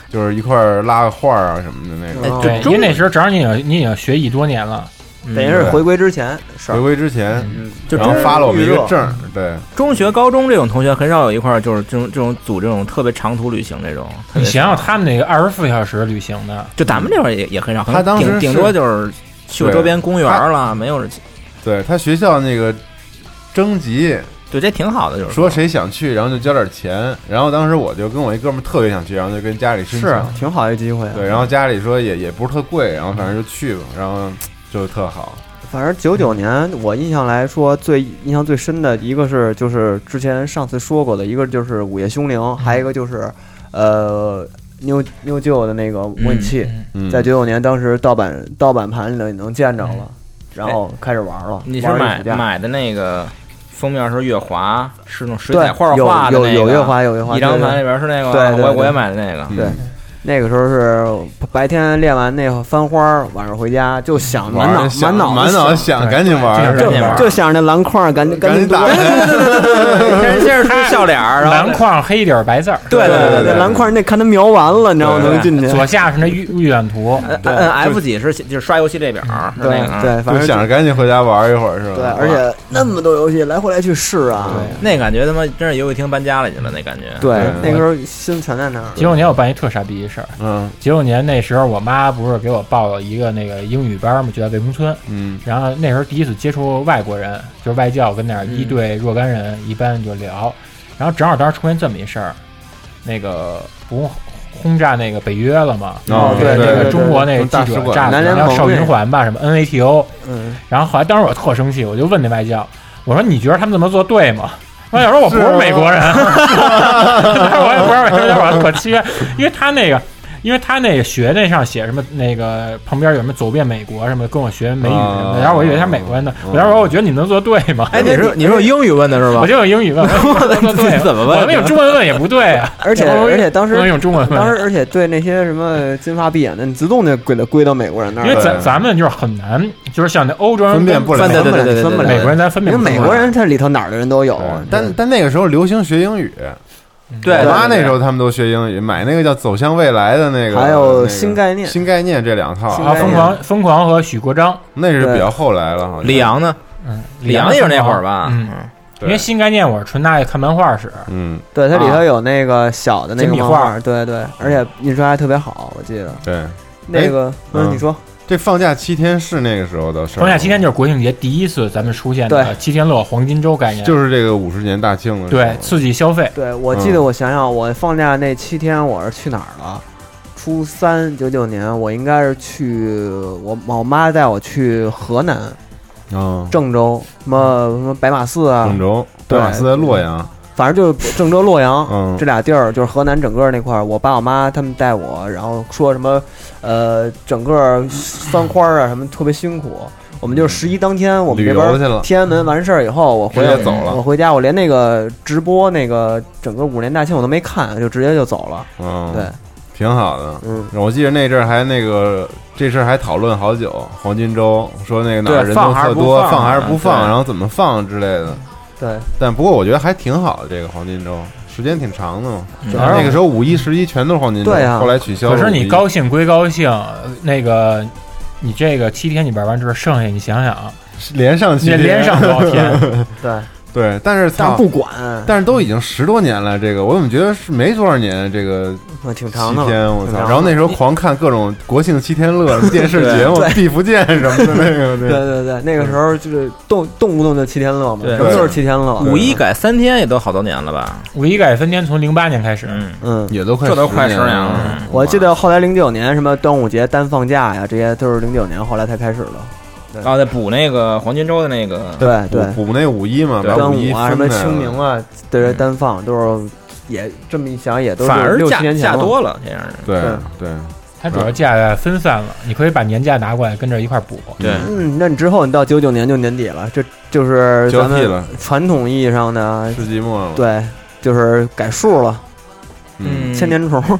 S10: 就是一块儿拉个画儿啊什么的那
S2: 哎
S10: 种。
S11: 对，哦因为那时候正好你也你也学艺多年了，
S12: 等于是回归之前事儿
S10: 嗯回归之前，
S12: 嗯
S2: 嗯就
S10: 然后
S2: 中
S10: 发了我们一
S2: 预
S10: 个
S2: 热
S10: 证儿，对，
S2: 中学、高中这种同学很少有一块儿，就是这种这种组这种特别长途旅行这种。
S11: 你想想他们那个二十四小时旅行的，
S2: 就咱们这会儿也也很少，可
S10: 他
S2: 能
S10: 当时
S2: 顶顶
S10: 是
S2: 多就是去过周边公园儿了，没有人去。
S10: 对他学校那个征集，
S2: 对，这挺好的，就是
S10: 说谁想去，然后就交点钱。然后当时我就跟我一哥们儿特别想去，然后就跟家里申请，
S12: 是挺好一机会啊。
S10: 对，然后家里说也也不是特贵，然后反正就去吧，然后就特好。
S12: 反正九九年我印象来说最印象最深的一个是就是之前上次说过的一个就是《午夜凶铃》，还有一个就是呃 New New 旧的那个模拟器，
S10: 嗯嗯
S12: 在九九年当时盗版盗版盘里头也能见着了，然后开始玩了。
S2: 哎你是
S12: 玩了一
S2: 买
S12: 暑假
S2: 买的那个封面是月华，是那种水
S12: 对
S2: 彩画
S12: 有
S2: 画的
S12: 有
S2: 那个，
S12: 有月华有月华
S2: 一张
S12: 对对
S2: 盘里边是那个，
S12: 对对
S2: 我
S12: 对
S2: 我也买的那个，
S12: 对，那个时候是白天练完那个翻花儿，晚上回家就想满脑
S10: 玩想
S12: 脑
S10: 嗯满
S12: 满
S10: 脑子想赶紧玩儿赶紧玩儿
S12: 就就想着那篮筐，赶紧赶紧打
S2: 开。先是出笑脸儿，然后
S11: 蓝框黑底儿白字儿，
S2: 对对对对对
S12: 篮筐那看他瞄完了，你知道吗？
S2: 对
S12: 能进去。
S11: 左下是那预预览图，
S10: 哎
S2: 摁 F 几是就是刷游戏列表儿，是那个嗯
S12: 对，反正
S10: 就想着赶紧回家玩一会儿是吧？
S12: 对，而且那么多游戏来回来去试啊，
S2: 那感觉他妈真是游戏厅搬家里去了，那感觉。
S12: 对，那个时候心全在那儿。
S11: 九九年我办一特傻逼一事儿，
S10: 嗯，
S11: 九九年那时候我妈不是给我报了一个那个英语班嘛，就在魏公村，
S10: 嗯，
S11: 然后那时候第一次接触外国人，就是外教，跟那儿
S10: 嗯
S11: 一对若干人一般就聊，然后正好当时出现这么一事儿，那个不轰炸那个北约了嘛，
S10: 哦
S11: 那
S10: 对
S11: 个
S10: 对
S11: 那
S10: 对
S11: 个中国那个
S10: 大
S11: 记
S10: 使
S11: 者
S10: 馆
S11: 炸
S10: 南
S11: 的，
S10: 联
S11: 然后
S10: 盟
S11: 邵
S10: 那
S11: 云
S10: 个
S11: 环吧什么 NATO，
S12: 嗯，
S11: 然后后来当时我特生气，我就问那外教，我说你觉得他们这么做对吗？外教说我不是美国人，我也不是美国人，我可气，因为他那个。因为他那个学那上写什么那个旁边有什么走遍美国什么的，跟我学美语什么的，然后我以为他是美国人呢，我当时说我觉得你们能做对吗？
S2: 哎，你是你是用英语问的是吧？
S11: 我就用英语问，
S2: 我
S11: 对，
S2: 怎么问
S11: 我们用中文问也不对啊。
S12: 而且而且当时
S11: 不能用中文
S12: [laughs]
S11: 问，
S12: 当
S10: [laughs]
S12: 时而且对那些什么金发碧眼的，你自动就归到归到美国人那儿
S11: 因为
S12: 了。
S11: 咱咱们就是很难，就是像那欧洲人
S10: 啊分辨不了
S11: 跟
S2: 对对对对对
S12: 分不
S2: 对
S12: 了
S11: 美国人咱分
S12: 因
S11: 辨
S12: 为
S11: 不出来。
S12: 美国人他里头哪儿的人都有，
S10: 但但那个时候流行学英语，
S2: 对，
S10: 我妈
S2: 对
S10: 那时候他们都学英语，买那个叫《走向未来》的那个，
S12: 还有
S10: 那个
S12: 新概念
S10: 新概念这两套
S11: 啊，
S10: 啊，
S11: 疯狂疯狂和许国璋，
S10: 那是比较后来了，好像
S2: 李阳呢？
S11: 嗯，
S2: 李阳也是那会儿吧？
S11: 嗯，因
S10: 对
S11: 为新概念我是纯拿去看漫画使，
S10: 嗯，
S12: 对，它里头有那个小的那个
S11: 金笔
S12: 漫
S11: 画
S12: 画，对对，而且印刷还特别好，我记得
S10: 对，
S12: 那个，嗯，
S10: 哎嗯
S12: 你说
S10: 这放假七天是那个时候的事儿，
S11: 放假七天就是国庆节第一次咱们出现的
S12: 对
S11: 七天乐黄金周概念，
S10: 就是这个五十年大庆的时候，
S11: 对刺激消费，
S12: 对，我记得
S10: 嗯
S12: 我想想，我放假那七天我是去哪儿了？初三九九年，我应该是去我我妈带我去河南
S10: 嗯，
S12: 郑州，什么什么白马寺啊
S10: 郑，州，
S12: 对
S10: 德马斯在洛阳，
S12: 反正就是郑州洛阳、
S10: 嗯
S12: 这俩地儿，就是河南整个那块儿。我爸我妈他们带我，然后说什么呃，整个翻花儿啊什么特别辛苦。我们就是十一当天，我们这
S10: 嗯旅游去了
S12: 边天安门完事儿以后，我回来
S10: 直接走了
S12: 我回家，我连那个直播那个整个五年大庆我都没看，就直接就走了。
S10: 嗯，
S12: 对，，
S10: 挺好的。
S12: 嗯，
S10: 我记得那阵儿还那个这事儿还讨论好久，黄金周说那个哪
S2: 对
S10: 儿人
S2: 放
S10: 都
S2: 还是
S10: 特
S2: 不
S10: 多，
S12: 啊
S2: 放
S10: 放还是不放，
S2: 对
S10: 然后怎么放之类的。
S12: 对，
S10: 但不过我觉得还挺好的，这个黄金周时间挺长的嘛。
S11: 主要
S10: 那
S11: 是
S10: 个时候五一、十一全都是黄金周，
S12: 对啊
S10: 后来取消了
S11: 嗯可
S10: 五一。
S11: 是你高兴归高兴，那个你这个七天你玩完之后，剩下你想想啊，
S10: 连上七
S11: 你
S10: 天，
S11: 连上多少
S10: [laughs]
S11: 天？
S2: 嗯
S12: 对，
S10: 对，但是
S12: 但
S10: 操
S12: 是，不管，
S10: 但是都已经十多年了，这个我怎么觉得是没多少年这个
S12: 我挺
S10: 七
S12: 长的了。
S10: 天，我
S12: 挺
S10: 操！
S12: 长的
S10: 然后那时候狂看各种国庆七天乐电视节目
S12: [laughs] 对，
S10: 毕福剑什么的那个，
S12: 对
S10: 对
S12: 对对，那个时候就是动动不动就七天乐嘛，
S2: 对
S12: 什么都是七天乐。
S2: 五一改三天也都好多年了吧？
S11: 五一改分天从零八年开始，
S2: 嗯，
S12: 嗯，
S10: 也都快
S2: 这都快
S10: 十
S2: 十
S10: 年
S2: 年了。嗯
S12: 我记得后来零九年什么端午节单放假呀，这些都是零九年后来才开始的。
S2: 然啊后再补那个黄金周的那个，
S12: 对对，
S10: 补补那五一嘛，把
S12: 端
S10: 一
S12: 午啊，什么
S10: 分嗯的
S12: 清明啊，对这单放都是也这么一想，也都
S2: 反
S12: 是
S2: 而
S12: 六七
S2: 价
S12: 年前
S2: 价
S12: 了
S2: 多了，这样的。
S10: 对
S12: 对
S10: 对，
S11: 它主要假分散了，你可以把年假拿过来跟着一块儿补。
S2: 对，
S12: 嗯，那你之后你到九九年就年底了，这就是
S10: 交
S12: 咱
S10: 替
S12: 们
S10: 了
S12: 传统意义上的
S10: 世纪末了，，
S12: 对，就是改数了，
S10: 嗯，
S12: 千年虫。 [laughs]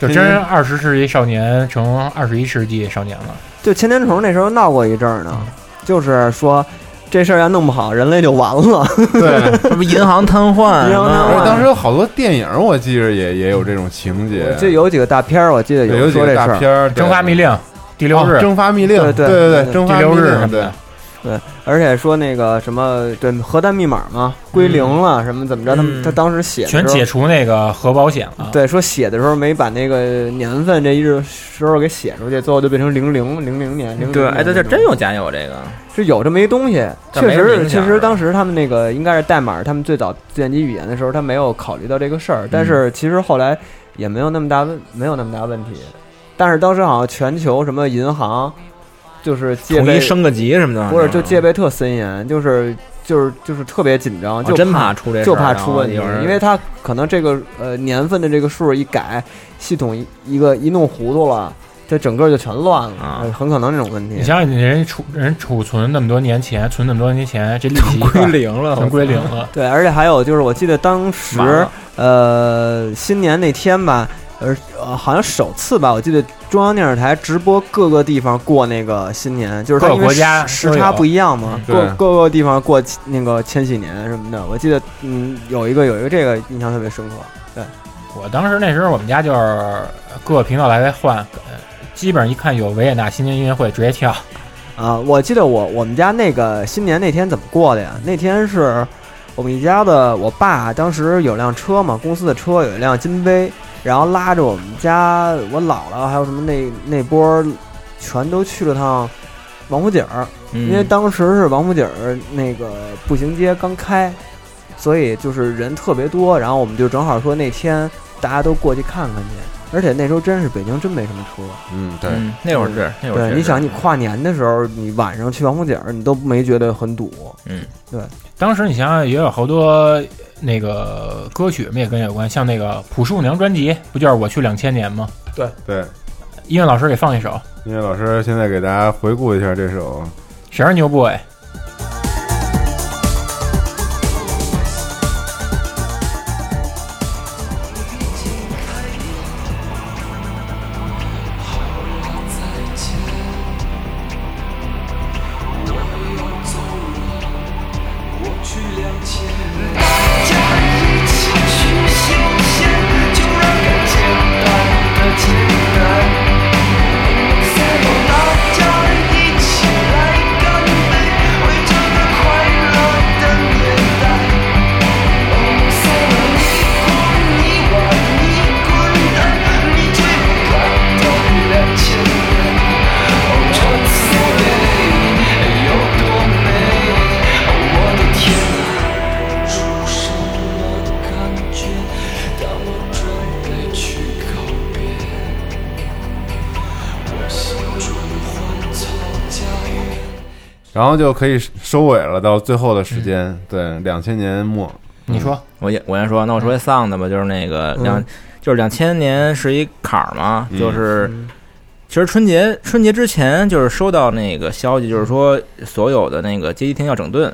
S11: 就真二十世纪少年成二十一世纪少年了。
S10: 嗯
S12: 就千年虫那时候闹过一阵儿呢，就是说，这事儿要弄不好，人类就完了。
S10: 对，
S2: 这不银行瘫痪
S12: 银行瘫
S10: 而
S12: 痪
S10: 且当时有好多电影，我记着也也有这种情节，
S12: [laughs] 这有几个大片儿，我记得
S10: 对
S12: 有
S10: 有几
S12: 说这
S10: 个
S12: 事儿
S10: 大片儿，
S12: 蒸发密
S11: 令、第
S10: 六日蒸发密令
S12: 对
S10: 对对
S12: 对
S10: 对蒸发密令第六日什么的
S12: 对，而且说那个什么，对核弹密码嘛，归零
S10: 嗯
S12: 了，什么怎么着？他
S2: 嗯
S12: 们他当时写的时候
S11: 全解除那个核保险
S2: 啊
S11: 了。
S12: 对，说写的时候没把那个年份这一日时候给写出去，最后就变成零零零零年零
S2: 对，哎，对，这真有假有这个，
S12: 是有这么一东西，
S2: 但
S12: 确
S2: 没人
S12: 实
S2: 影响
S12: 确实当时他们那个应该是代码，他们最早计算机语言的时候，他没有考虑到这个事儿，
S2: 嗯
S12: 但是其实后来也没有那么大问，没有那么大问题，但是当时好像全球什么银行就是戒
S2: 统
S12: 备
S2: 一升个级什么的，嗯
S12: 不是就戒备特森严，就是就是就是特别紧张，就
S2: 啊哦真怕出这事儿
S12: 就怕出问题
S2: 然后有，人
S12: 因为他可能这个呃年份的这个数一改，系统一一个一弄糊涂了，这整个就全乱了，
S2: 啊
S12: 呃很可能这种问题。
S11: 你想想，你人储人储存那么多年前，存那么多年前，这利息
S12: 归零了
S11: 全归零了。
S12: 对，而且还有就是，我记得当时呃新年那天吧，呃呃好像首次吧，我记得中央电视台直播各个地方过那个新年，就是它
S11: 各
S12: 因
S11: 个
S12: 为
S11: 国家
S12: 时
S11: 都
S12: 时差
S11: 有
S12: 不一样嘛，
S11: 嗯
S12: 各
S11: 对
S12: 各个地方过那个千禧年什么的。我记得嗯有一个有一个这个印象特别深刻，对，
S11: 我当时那时候我们家就是各个频道来回换，呃基本上一看有维也纳新年音乐会直接跳。
S12: 啊，我记得我我们家那个新年那天怎么过的呀？那天是我们一家的，我爸当时有辆车嘛，公司的车有一辆金杯，然后拉着我们家我姥姥还有什么那那波儿全都去了趟王府井儿，
S2: 嗯
S12: 因为当时是王府井儿那个步行街刚开，所以就是人特别多，然后我们就正好说那天大家都过去看看去。而且那时候真是北京真没什么车，
S10: 嗯，
S2: 对嗯那会儿是那会儿确
S12: 对，
S2: 实
S12: 你想你跨年的时候，你晚上去王府井儿，你都没觉得很堵，
S2: 嗯，
S12: 对，
S11: 当时你想想，也有好多那个歌曲们也跟这有关，像那个《朴树娘》专辑，不就是我去两千年吗？
S12: 对
S10: 对，
S11: 音乐老师给放一首，
S10: 音乐老师现在给大家回顾一下这首，
S11: 谁是牛 boy？
S9: Oh,
S10: 然后就可以收尾了，到最后的时间，
S12: 嗯
S10: 对，两千年末，
S11: 你说，
S2: 我也我先说，那我说一丧的吧，就是那个
S10: 嗯
S2: 两，就是两千年是一坎儿嘛，
S10: 嗯
S2: 就是。其实春节春节之前，就是收到那个消息，就是说所有的那个街机厅要整顿。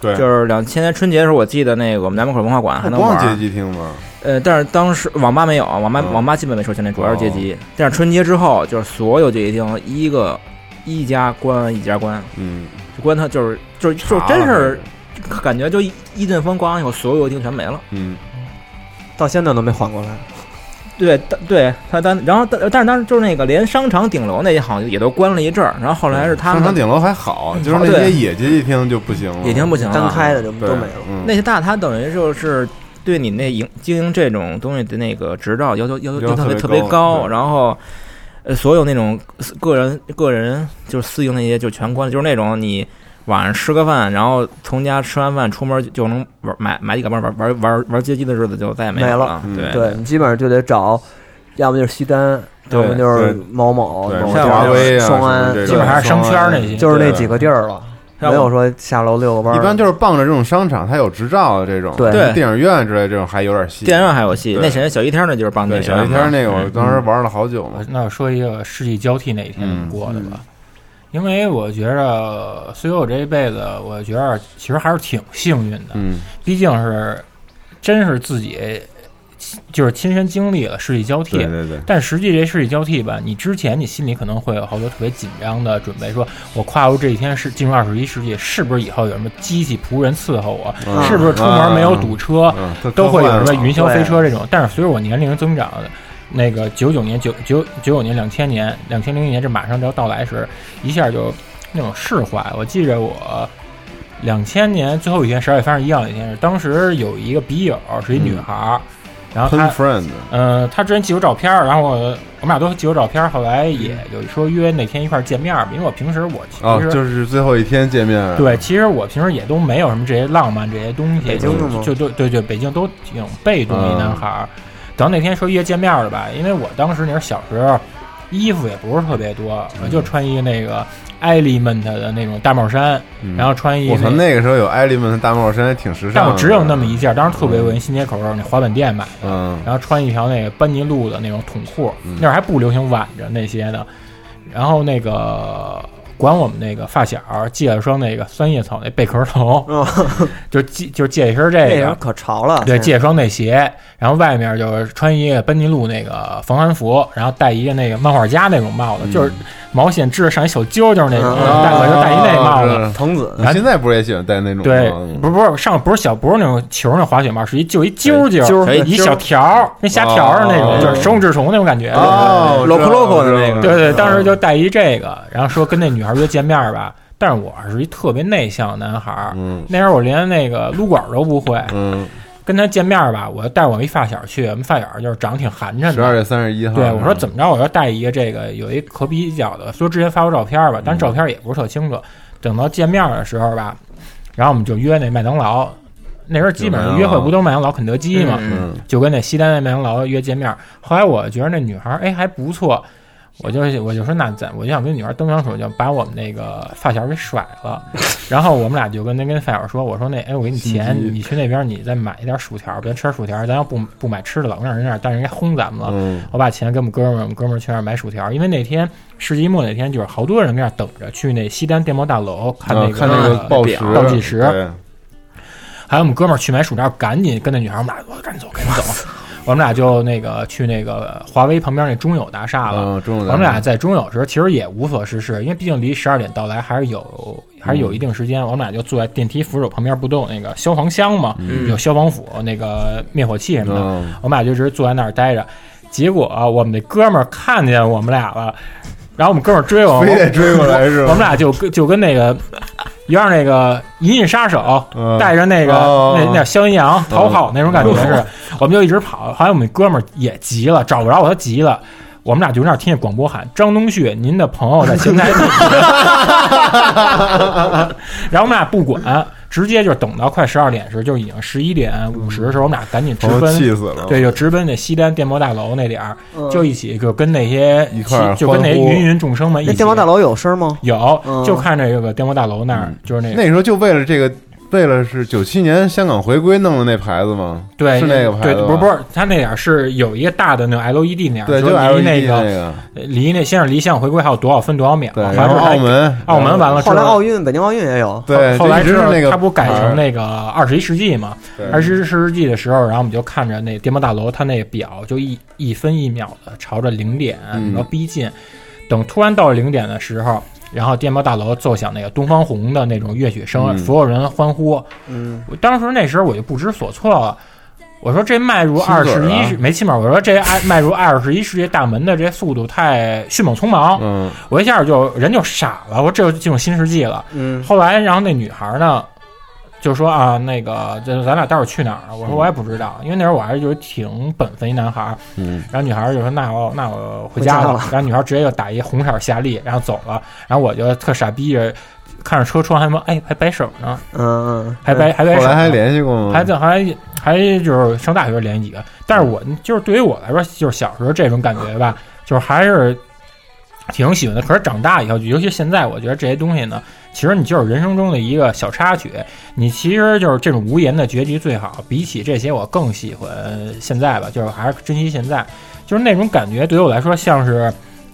S10: 对
S2: 就是两千年春节的时候，我记得那个我们南门口文化馆还能玩
S10: 光
S2: 儿。
S10: 街机厅吗？
S2: 呃，但是当时网吧没有，网
S10: 嗯
S2: 吧、网吧基本没收钱，那主要是街
S10: 哦
S2: 机。但是春节之后，就是所有街机厅一个一家关一家关，
S10: 嗯，
S2: 就关它就是就是就是真是感觉就一一阵风刮完以后，所有街机厅全没了。
S10: 嗯，
S12: 到现在都没缓过
S10: 啊
S12: 来。
S2: 对，当对他当然后但但是当时就是那个连商场顶楼那些好像也都关了一阵儿，然后后来是他们嗯
S10: 商场顶楼还好，就是那些野街机厅就不行了，
S2: 野厅不行了刚开的就
S10: 对
S2: 都没了
S10: 嗯
S2: 那些大他等于就是对你那营经营这种东西的那个执照要求要求就
S10: 要求
S2: 特别
S10: 特
S2: 特
S10: 别
S2: 别
S10: 高
S2: 高，
S10: 对
S2: 然后呃所有那种私个人个人就是私营那些就全关了，就是那种你晚上吃个饭，然后从家吃完饭出门就能玩买买几个玩玩玩玩玩街机的日子就再也没
S12: 没
S2: 有嗯
S12: 了，
S10: 嗯
S2: 对
S12: 对，你基本上就得找，要么就是西单，要
S2: 对
S12: 么就是
S2: 对
S12: 某某，
S2: 对
S12: 某
S2: 像
S12: 地
S2: 华
S12: 儿
S2: 威
S10: 啊
S12: 双
S10: 什么
S12: 安，
S10: 这种基本还是商圈儿那些
S12: 就是那
S10: 对
S12: 几个地儿了，没有说下楼遛个弯儿。
S10: 一般就是傍着这种商场，它有执照的这种，
S12: 对
S10: 像电影院之类这种还有点戏。
S2: 电影院还有戏，
S10: 对
S2: 那谁小一天那嗯就是帮
S10: 对小一
S2: 啊
S10: 天那个，我嗯当时玩了好久嘛。
S11: 那我说一个世纪交替那一天怎么过的吧，因为我觉着，虽然我这一辈子，我
S2: 嗯
S11: 觉着其实还是挺幸运的，
S10: 嗯，
S11: 毕竟是真是自己就是亲身经历了世纪交
S10: 嗯
S11: 替，
S10: 对对对
S11: 但实际这世纪交替吧，你之前你心里可能会有好多特别紧张的准备，说我跨入这一天是进入二十一世纪，是不是以后有什么机器仆人伺候我？
S10: 嗯
S11: 是不是出门没有堵车？
S10: 嗯嗯
S11: 都会有什
S10: 这科幻
S11: 么
S10: 了
S11: 云霄飞车这种？但是随着我年龄增长，那个九九年、九九九九年、两千年、两千零一年，这马上就要到来时，一下就那种释怀。我记着我两千年最后一天，十二月三十一号那天是，当时有一个笔友是一女孩儿，然后她
S10: Pen friend
S11: 呃，她之前寄过照片儿，然后我我们俩都寄过照片儿，后来也有说约那天一块儿见面儿，因为我平时我其实、
S10: 哦，就是最后一天见面了，
S11: 对，其实我平时也都没有什么这些浪漫这些东西，
S10: 北京的吗嗯
S11: 就对对对，北京都挺被动的一男孩儿。等那天说约见面了吧，因为我当时那时候小时候，衣服也不是特别多，我
S10: 嗯
S11: 就穿一个那个 Element 的那种大帽衫，
S10: 嗯
S11: 然后穿一
S10: 我操，
S11: 那
S10: 那个时候有艾利曼的大帽衫，还挺时尚的。
S11: 但我只有那么一件，当时特别文，新街口那滑板店买的，
S10: 嗯
S11: 然后穿一条那个班尼路的那种筒裤，那会儿还不流行挽着那些呢。然后那个管我们那个发小借了双那个三叶草那贝壳头，就借就借一身
S12: 那
S11: 这
S12: 人
S11: 个，
S12: 可潮了，
S11: 对，借双那鞋，然后外面就是穿一个班尼路那个防寒服，然后戴一个那个漫画家那种帽子，就是毛线织上一小揪揪那种，
S10: 啊
S11: 戴我就戴一那帽
S10: 知道了
S11: 子，
S12: 藤子
S10: 你现在不是也喜欢戴那种啊
S11: 嗯对
S10: 帽子吗，
S11: 不是不是上不是小不是那种球那种滑雪帽，是一就一揪揪，
S10: 揪儿
S11: 一
S10: 哎揪儿
S11: 小条儿，跟虾条儿那
S10: 哦
S11: 种，就是手冢治虫那种感觉。
S10: 哦
S11: 对对对
S10: 我知道我知道我知道
S11: 对对，当时就带一这个，然后说跟那女孩约见面儿吧。但是我是一特别内向的男孩儿，
S10: 嗯
S11: 那时候我连那个撸管儿都不会。跟她见面儿吧，我带我一发小去，我们发小就是长得挺寒碜的。
S10: 十二月三十一号。嗯
S11: 对，我说怎么着，我要带一个这个有一可比较的，说之前发过照片
S10: 嗯
S11: 吧，但照片也不是特清楚。等到见面的时候吧，然后我们就约那麦当劳，那时候基本上约会不都是麦当劳、肯德基嘛，
S10: 嗯
S11: 就跟那西单那麦当劳约见面。后来我觉得那女孩哎还不错，我就我就说那咱我就想跟女孩多相处，就把我们那个发小给甩了。然后我们俩就跟那跟发小说，我说那哎我给你钱，
S10: 心机
S11: 你去那边你再买一点薯条，别吃薯条，咱要不不买吃的老让人那儿，但是人家轰咱们了。
S10: 嗯
S11: 我把钱给我们哥们儿，我们哥们儿去那儿买薯条，因为那天世纪末那天就是好多人在那儿等着去那西单电报大楼看那
S10: 啊
S11: 个、嗯
S10: 看那个报时啊
S11: 报计时。
S10: 对
S11: 还有我们哥们儿去买薯条，赶紧跟那女孩儿，我们俩我赶紧走，赶紧走。
S10: [laughs]
S11: 我们俩就那个去那个华为旁边那中友大厦了。
S10: 嗯中友大
S11: 我
S10: 厦
S11: 啊们俩在中友时候其实也无所事事，因为毕竟离十二点到来还是有还是有一
S10: 嗯
S11: 定时间。我们俩就坐在电梯扶手旁边，不都有那个消防箱吗？
S10: 嗯
S11: 有消防斧、那个灭火器什么的。
S10: 嗯
S11: 我们俩就只是坐在那儿待着。结果、啊我们那哥们儿看见我们俩了，然后我们哥们儿追我们，
S10: 非得追过来是吧
S11: 我们俩就跟就跟那个有点那个《银翼杀手》
S10: 嗯
S11: 带着那个、
S10: 哦嗯
S11: 那那肖阴阳逃跑那种感觉似的，我们就一直跑。后来我们哥们儿也急了，找不着我，他急了。我们俩就那儿听见广播喊：“张东旭，您的朋友在
S10: [laughs]
S11: 邢台。”然后我们俩不管，直接就等到快十二点时，就已经十一点五十的时候，我们俩赶紧直
S10: 朋
S11: 奔，
S10: 友气死
S12: 嗯
S10: 了
S11: 对，就直奔那西单电报大楼那点儿，就一起就跟那些一
S10: 块儿
S11: 就跟那些
S10: 欢呼
S11: 芸芸众生们一
S12: 那
S11: 起。
S12: 电报大楼有声吗？
S11: 有
S12: 嗯，
S11: 就看这个电报大楼那儿，就是那个
S10: 嗯那时候就为了这个，为了是九七年香港回归弄的那牌子吗？
S11: 对，
S10: 是那个牌
S11: 对，
S10: 子吧，
S11: 不是不是，它那点儿是有一个大的那个 LED 那样，
S10: 对
S11: 说
S10: 就
S11: 离
S10: LED
S11: 那
S10: 那个
S11: 呃离那先是离向回归还有多少分多少秒，
S10: 对
S11: 后
S10: 然后
S11: 来
S10: 澳门
S11: 澳门完了之
S12: 后来奥运，北京奥运也有。
S10: 对
S11: 后来
S10: 就一直是
S11: 是
S10: 那个
S11: 它不改
S10: 牌儿
S11: 成那个二十一世纪嘛
S10: 对？
S11: 二十一世纪的时候，然后我们就看着那电报大楼，它那个表就一一分一秒的朝着零点
S10: 嗯
S11: 然后逼近，等突然到了零点的时候。然后电报大楼奏响那个东方红的那种乐曲声，
S10: 嗯
S11: 所有人欢呼。
S12: 嗯，
S11: 我当时那时候我就不知所措了，我说这迈入
S10: 亲
S11: 二
S10: 嘴儿
S11: 十
S10: 啊
S11: 一世没亲门，我说这爱迈入二十一世纪大门的这速度太迅猛匆忙，
S10: 嗯，
S11: 我一下就人就傻了，我说这就进入新世纪了。
S12: 嗯
S11: 后来然后那女孩呢就说啊，那个就咱俩待会儿去哪儿啊？我说我也不知道，因为那时候我还是就是挺本分一男孩儿。
S10: 嗯，
S11: 然后女孩儿就说那我那我回家
S12: 回家了
S11: 然后女孩儿直接就打一红色夏利，然后走了。然后我就特傻逼着看着车窗，还说哎还摆手呢，
S12: 嗯嗯，
S11: 还摆还摆手呢。
S10: 哎后来还联系过吗？
S11: 还在还还就是上大学联系几个，但是我就是对于我来说，就是小时候这种感觉吧，就是还是挺喜欢的。可是长大以后，尤其现在，我觉得这些东西呢，其实你就是人生中的一个小插曲，你其实就是这种无言的结局最好。比起这些，我更喜欢现在吧，就是还是珍惜现在，就是那种感觉对于我来说像是。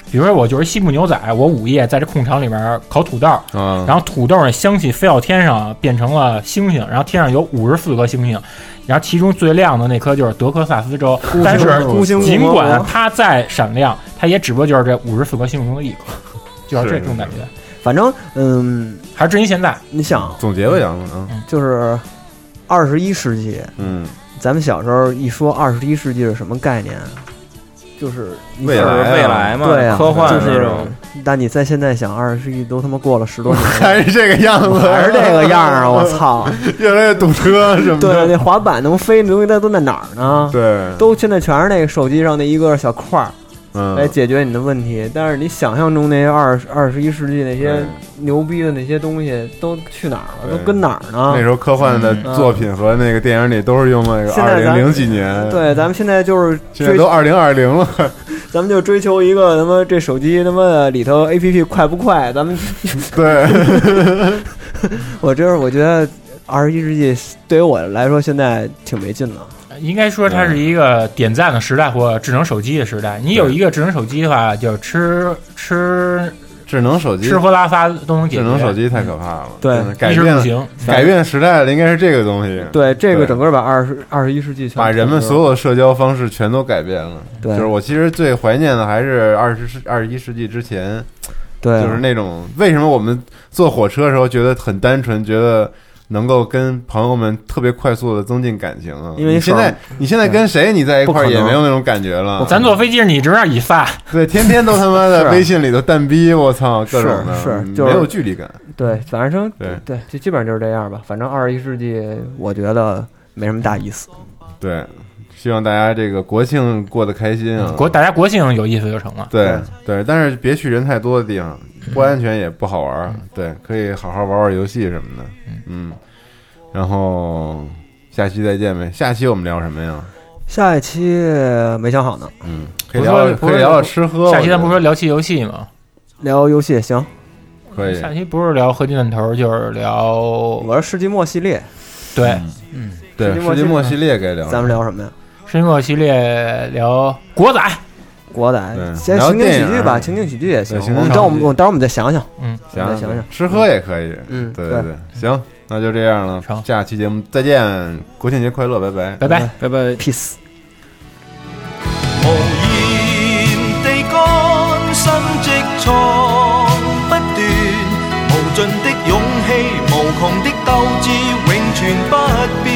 S11: 比如说我就是西部牛仔，我午夜在这空场里面烤土豆，
S10: 嗯
S11: 然后土豆呢香气飞到天上，变成了星星，然后天上有五十四颗星星，然后其中最亮的那颗就是德克萨斯州
S12: 星，
S11: 但是
S12: 孤星
S11: 尽
S12: 共和
S11: 管
S10: 啊
S12: 国
S11: 它再闪亮，它也只不过就是这五十四颗星星中的一颗，就是这种感觉。
S12: 反正嗯，
S11: 还是至于现在，
S12: 你想
S10: 总结吧，杨总，啊
S12: 就是二十一世纪，
S10: 嗯，
S12: 咱们小时候一说二十一世纪是什么概念啊？就是你
S10: 未
S12: 想
S10: 来啊未来嘛
S12: 对啊，
S10: 科幻
S12: 就是
S10: 那种。
S12: 但你在现在想，二十世纪都他妈过了十多年
S10: [laughs]
S12: 了，
S10: 还是这个样子，
S12: 还是这个样儿啊！我
S10: [laughs]
S12: 操，
S10: 越来越堵车什么
S12: 对，啊
S10: 的，
S12: 那滑板能飞的东西，那都在哪儿呢？
S10: 对，
S12: 都现在全是那个手机上的一个小块儿。
S10: 嗯
S11: 哎
S12: 来解决你的问题，但是你想象中那些二十二十一世纪那些
S10: 嗯
S12: 牛逼的那些东西都去哪儿了？
S10: 对
S12: 都跟哪儿呢？
S10: 那时候科幻的
S11: 嗯
S10: 作品和那个电影里都是用那个
S12: 现
S10: 二
S12: 在咱
S10: 零零几年，
S12: 对，咱们现在就是
S10: 现在
S12: 追
S10: 都，二零二零了， [laughs]
S12: 咱们就追求一个他妈这手机他妈里头 A P P 快不快？咱们
S10: 对，
S12: [laughs] 我这是我觉得二十一世纪对于我来说现在挺没劲的。
S11: 呃应该说它是一个点赞的时代或智能手机的时代。你有一个智能手机的话，就吃吃
S10: [laughs] 智能手机
S11: 吃喝拉撒都能解
S10: 智
S11: 决。
S10: 能手机太可怕了，
S12: 对
S10: 真的改
S11: 一时
S10: 变
S11: 不行
S10: 改变时代的应该是这个东西，
S12: 对，这个整个把二十二十一世纪全
S10: 把人
S12: 统
S10: 们
S12: 治了
S10: 所有的社交方式全都改变了。
S12: 对
S10: 就是我其实最怀念的还是二十世二十一世纪之前，
S12: 对啊
S10: 就是那种为什么我们坐火车的时候觉得很单纯，觉得。能够跟朋友们特别快速的增进感情啊！
S11: 因为
S10: 你现在
S11: 手
S10: 你现在跟谁你在一块儿
S11: 不可
S10: 也
S11: 能
S10: 没有那种感觉了。
S11: 咱坐飞机上你直面以发，
S10: [laughs] 对，天天都他妈
S12: 是
S10: 的
S12: 啊
S10: 微信里头蛋逼，我操，各种的，
S12: 是是，
S10: 嗯
S12: 就是
S10: 没有距离感。
S12: 对，反正
S10: 对
S12: 对，就基本上就是这样吧。反正二十一世纪，我觉得没什么大意思。
S10: 对，希望大家这个国庆过得开心啊！
S11: 嗯国大家国庆有意思就成了。
S10: 对对，但是别去人太多的地方，不安全也不好玩
S11: 嗯
S10: 儿。对，可以好好玩玩游戏什么的。嗯，然后下期再见呗。下期我们聊什么呀？
S12: 下一期没想好呢，
S10: 嗯，可以
S11: 不是
S10: 聊
S11: 说
S10: 聊可以聊聊吃喝。
S11: 下期咱
S10: 我
S11: 不
S10: 觉
S11: 是说聊起游戏吗？
S12: 聊游戏也行。
S10: 得可以
S11: 下期不是聊合金弹头，就是聊我
S12: 是世纪末系列。
S11: 对，
S12: 嗯，
S10: 对世纪末系列该聊
S12: 咱们聊什么呀？
S11: 世纪末系列聊国仔，
S12: 国仔，先
S10: 聊
S12: 情景
S10: 电
S12: 喜
S10: 影啊
S12: 剧吧，情景喜剧也行
S10: 对情。景
S12: 我们
S10: 喜
S12: 等我
S10: 剧
S12: 们，我待会儿我们再想想，
S11: 嗯，
S12: 再
S10: 行
S12: 想想。
S10: 吃喝也可以。
S12: 嗯
S10: 对
S12: 对
S10: 对，行，那就这样了。下期节目再见，国庆节快乐，拜拜，
S11: 拜拜，
S2: 拜拜
S12: ，peace。
S13: 无言地干，心积藏不断，无尽的勇气，无穷的斗志，永存不变。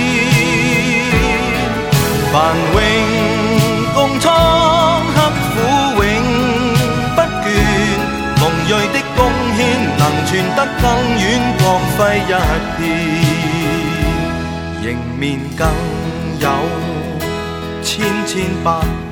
S13: 繁荣共创，刻苦永不倦，梦锐的贡献，能传得更远，各挥一片，迎面更有千千百。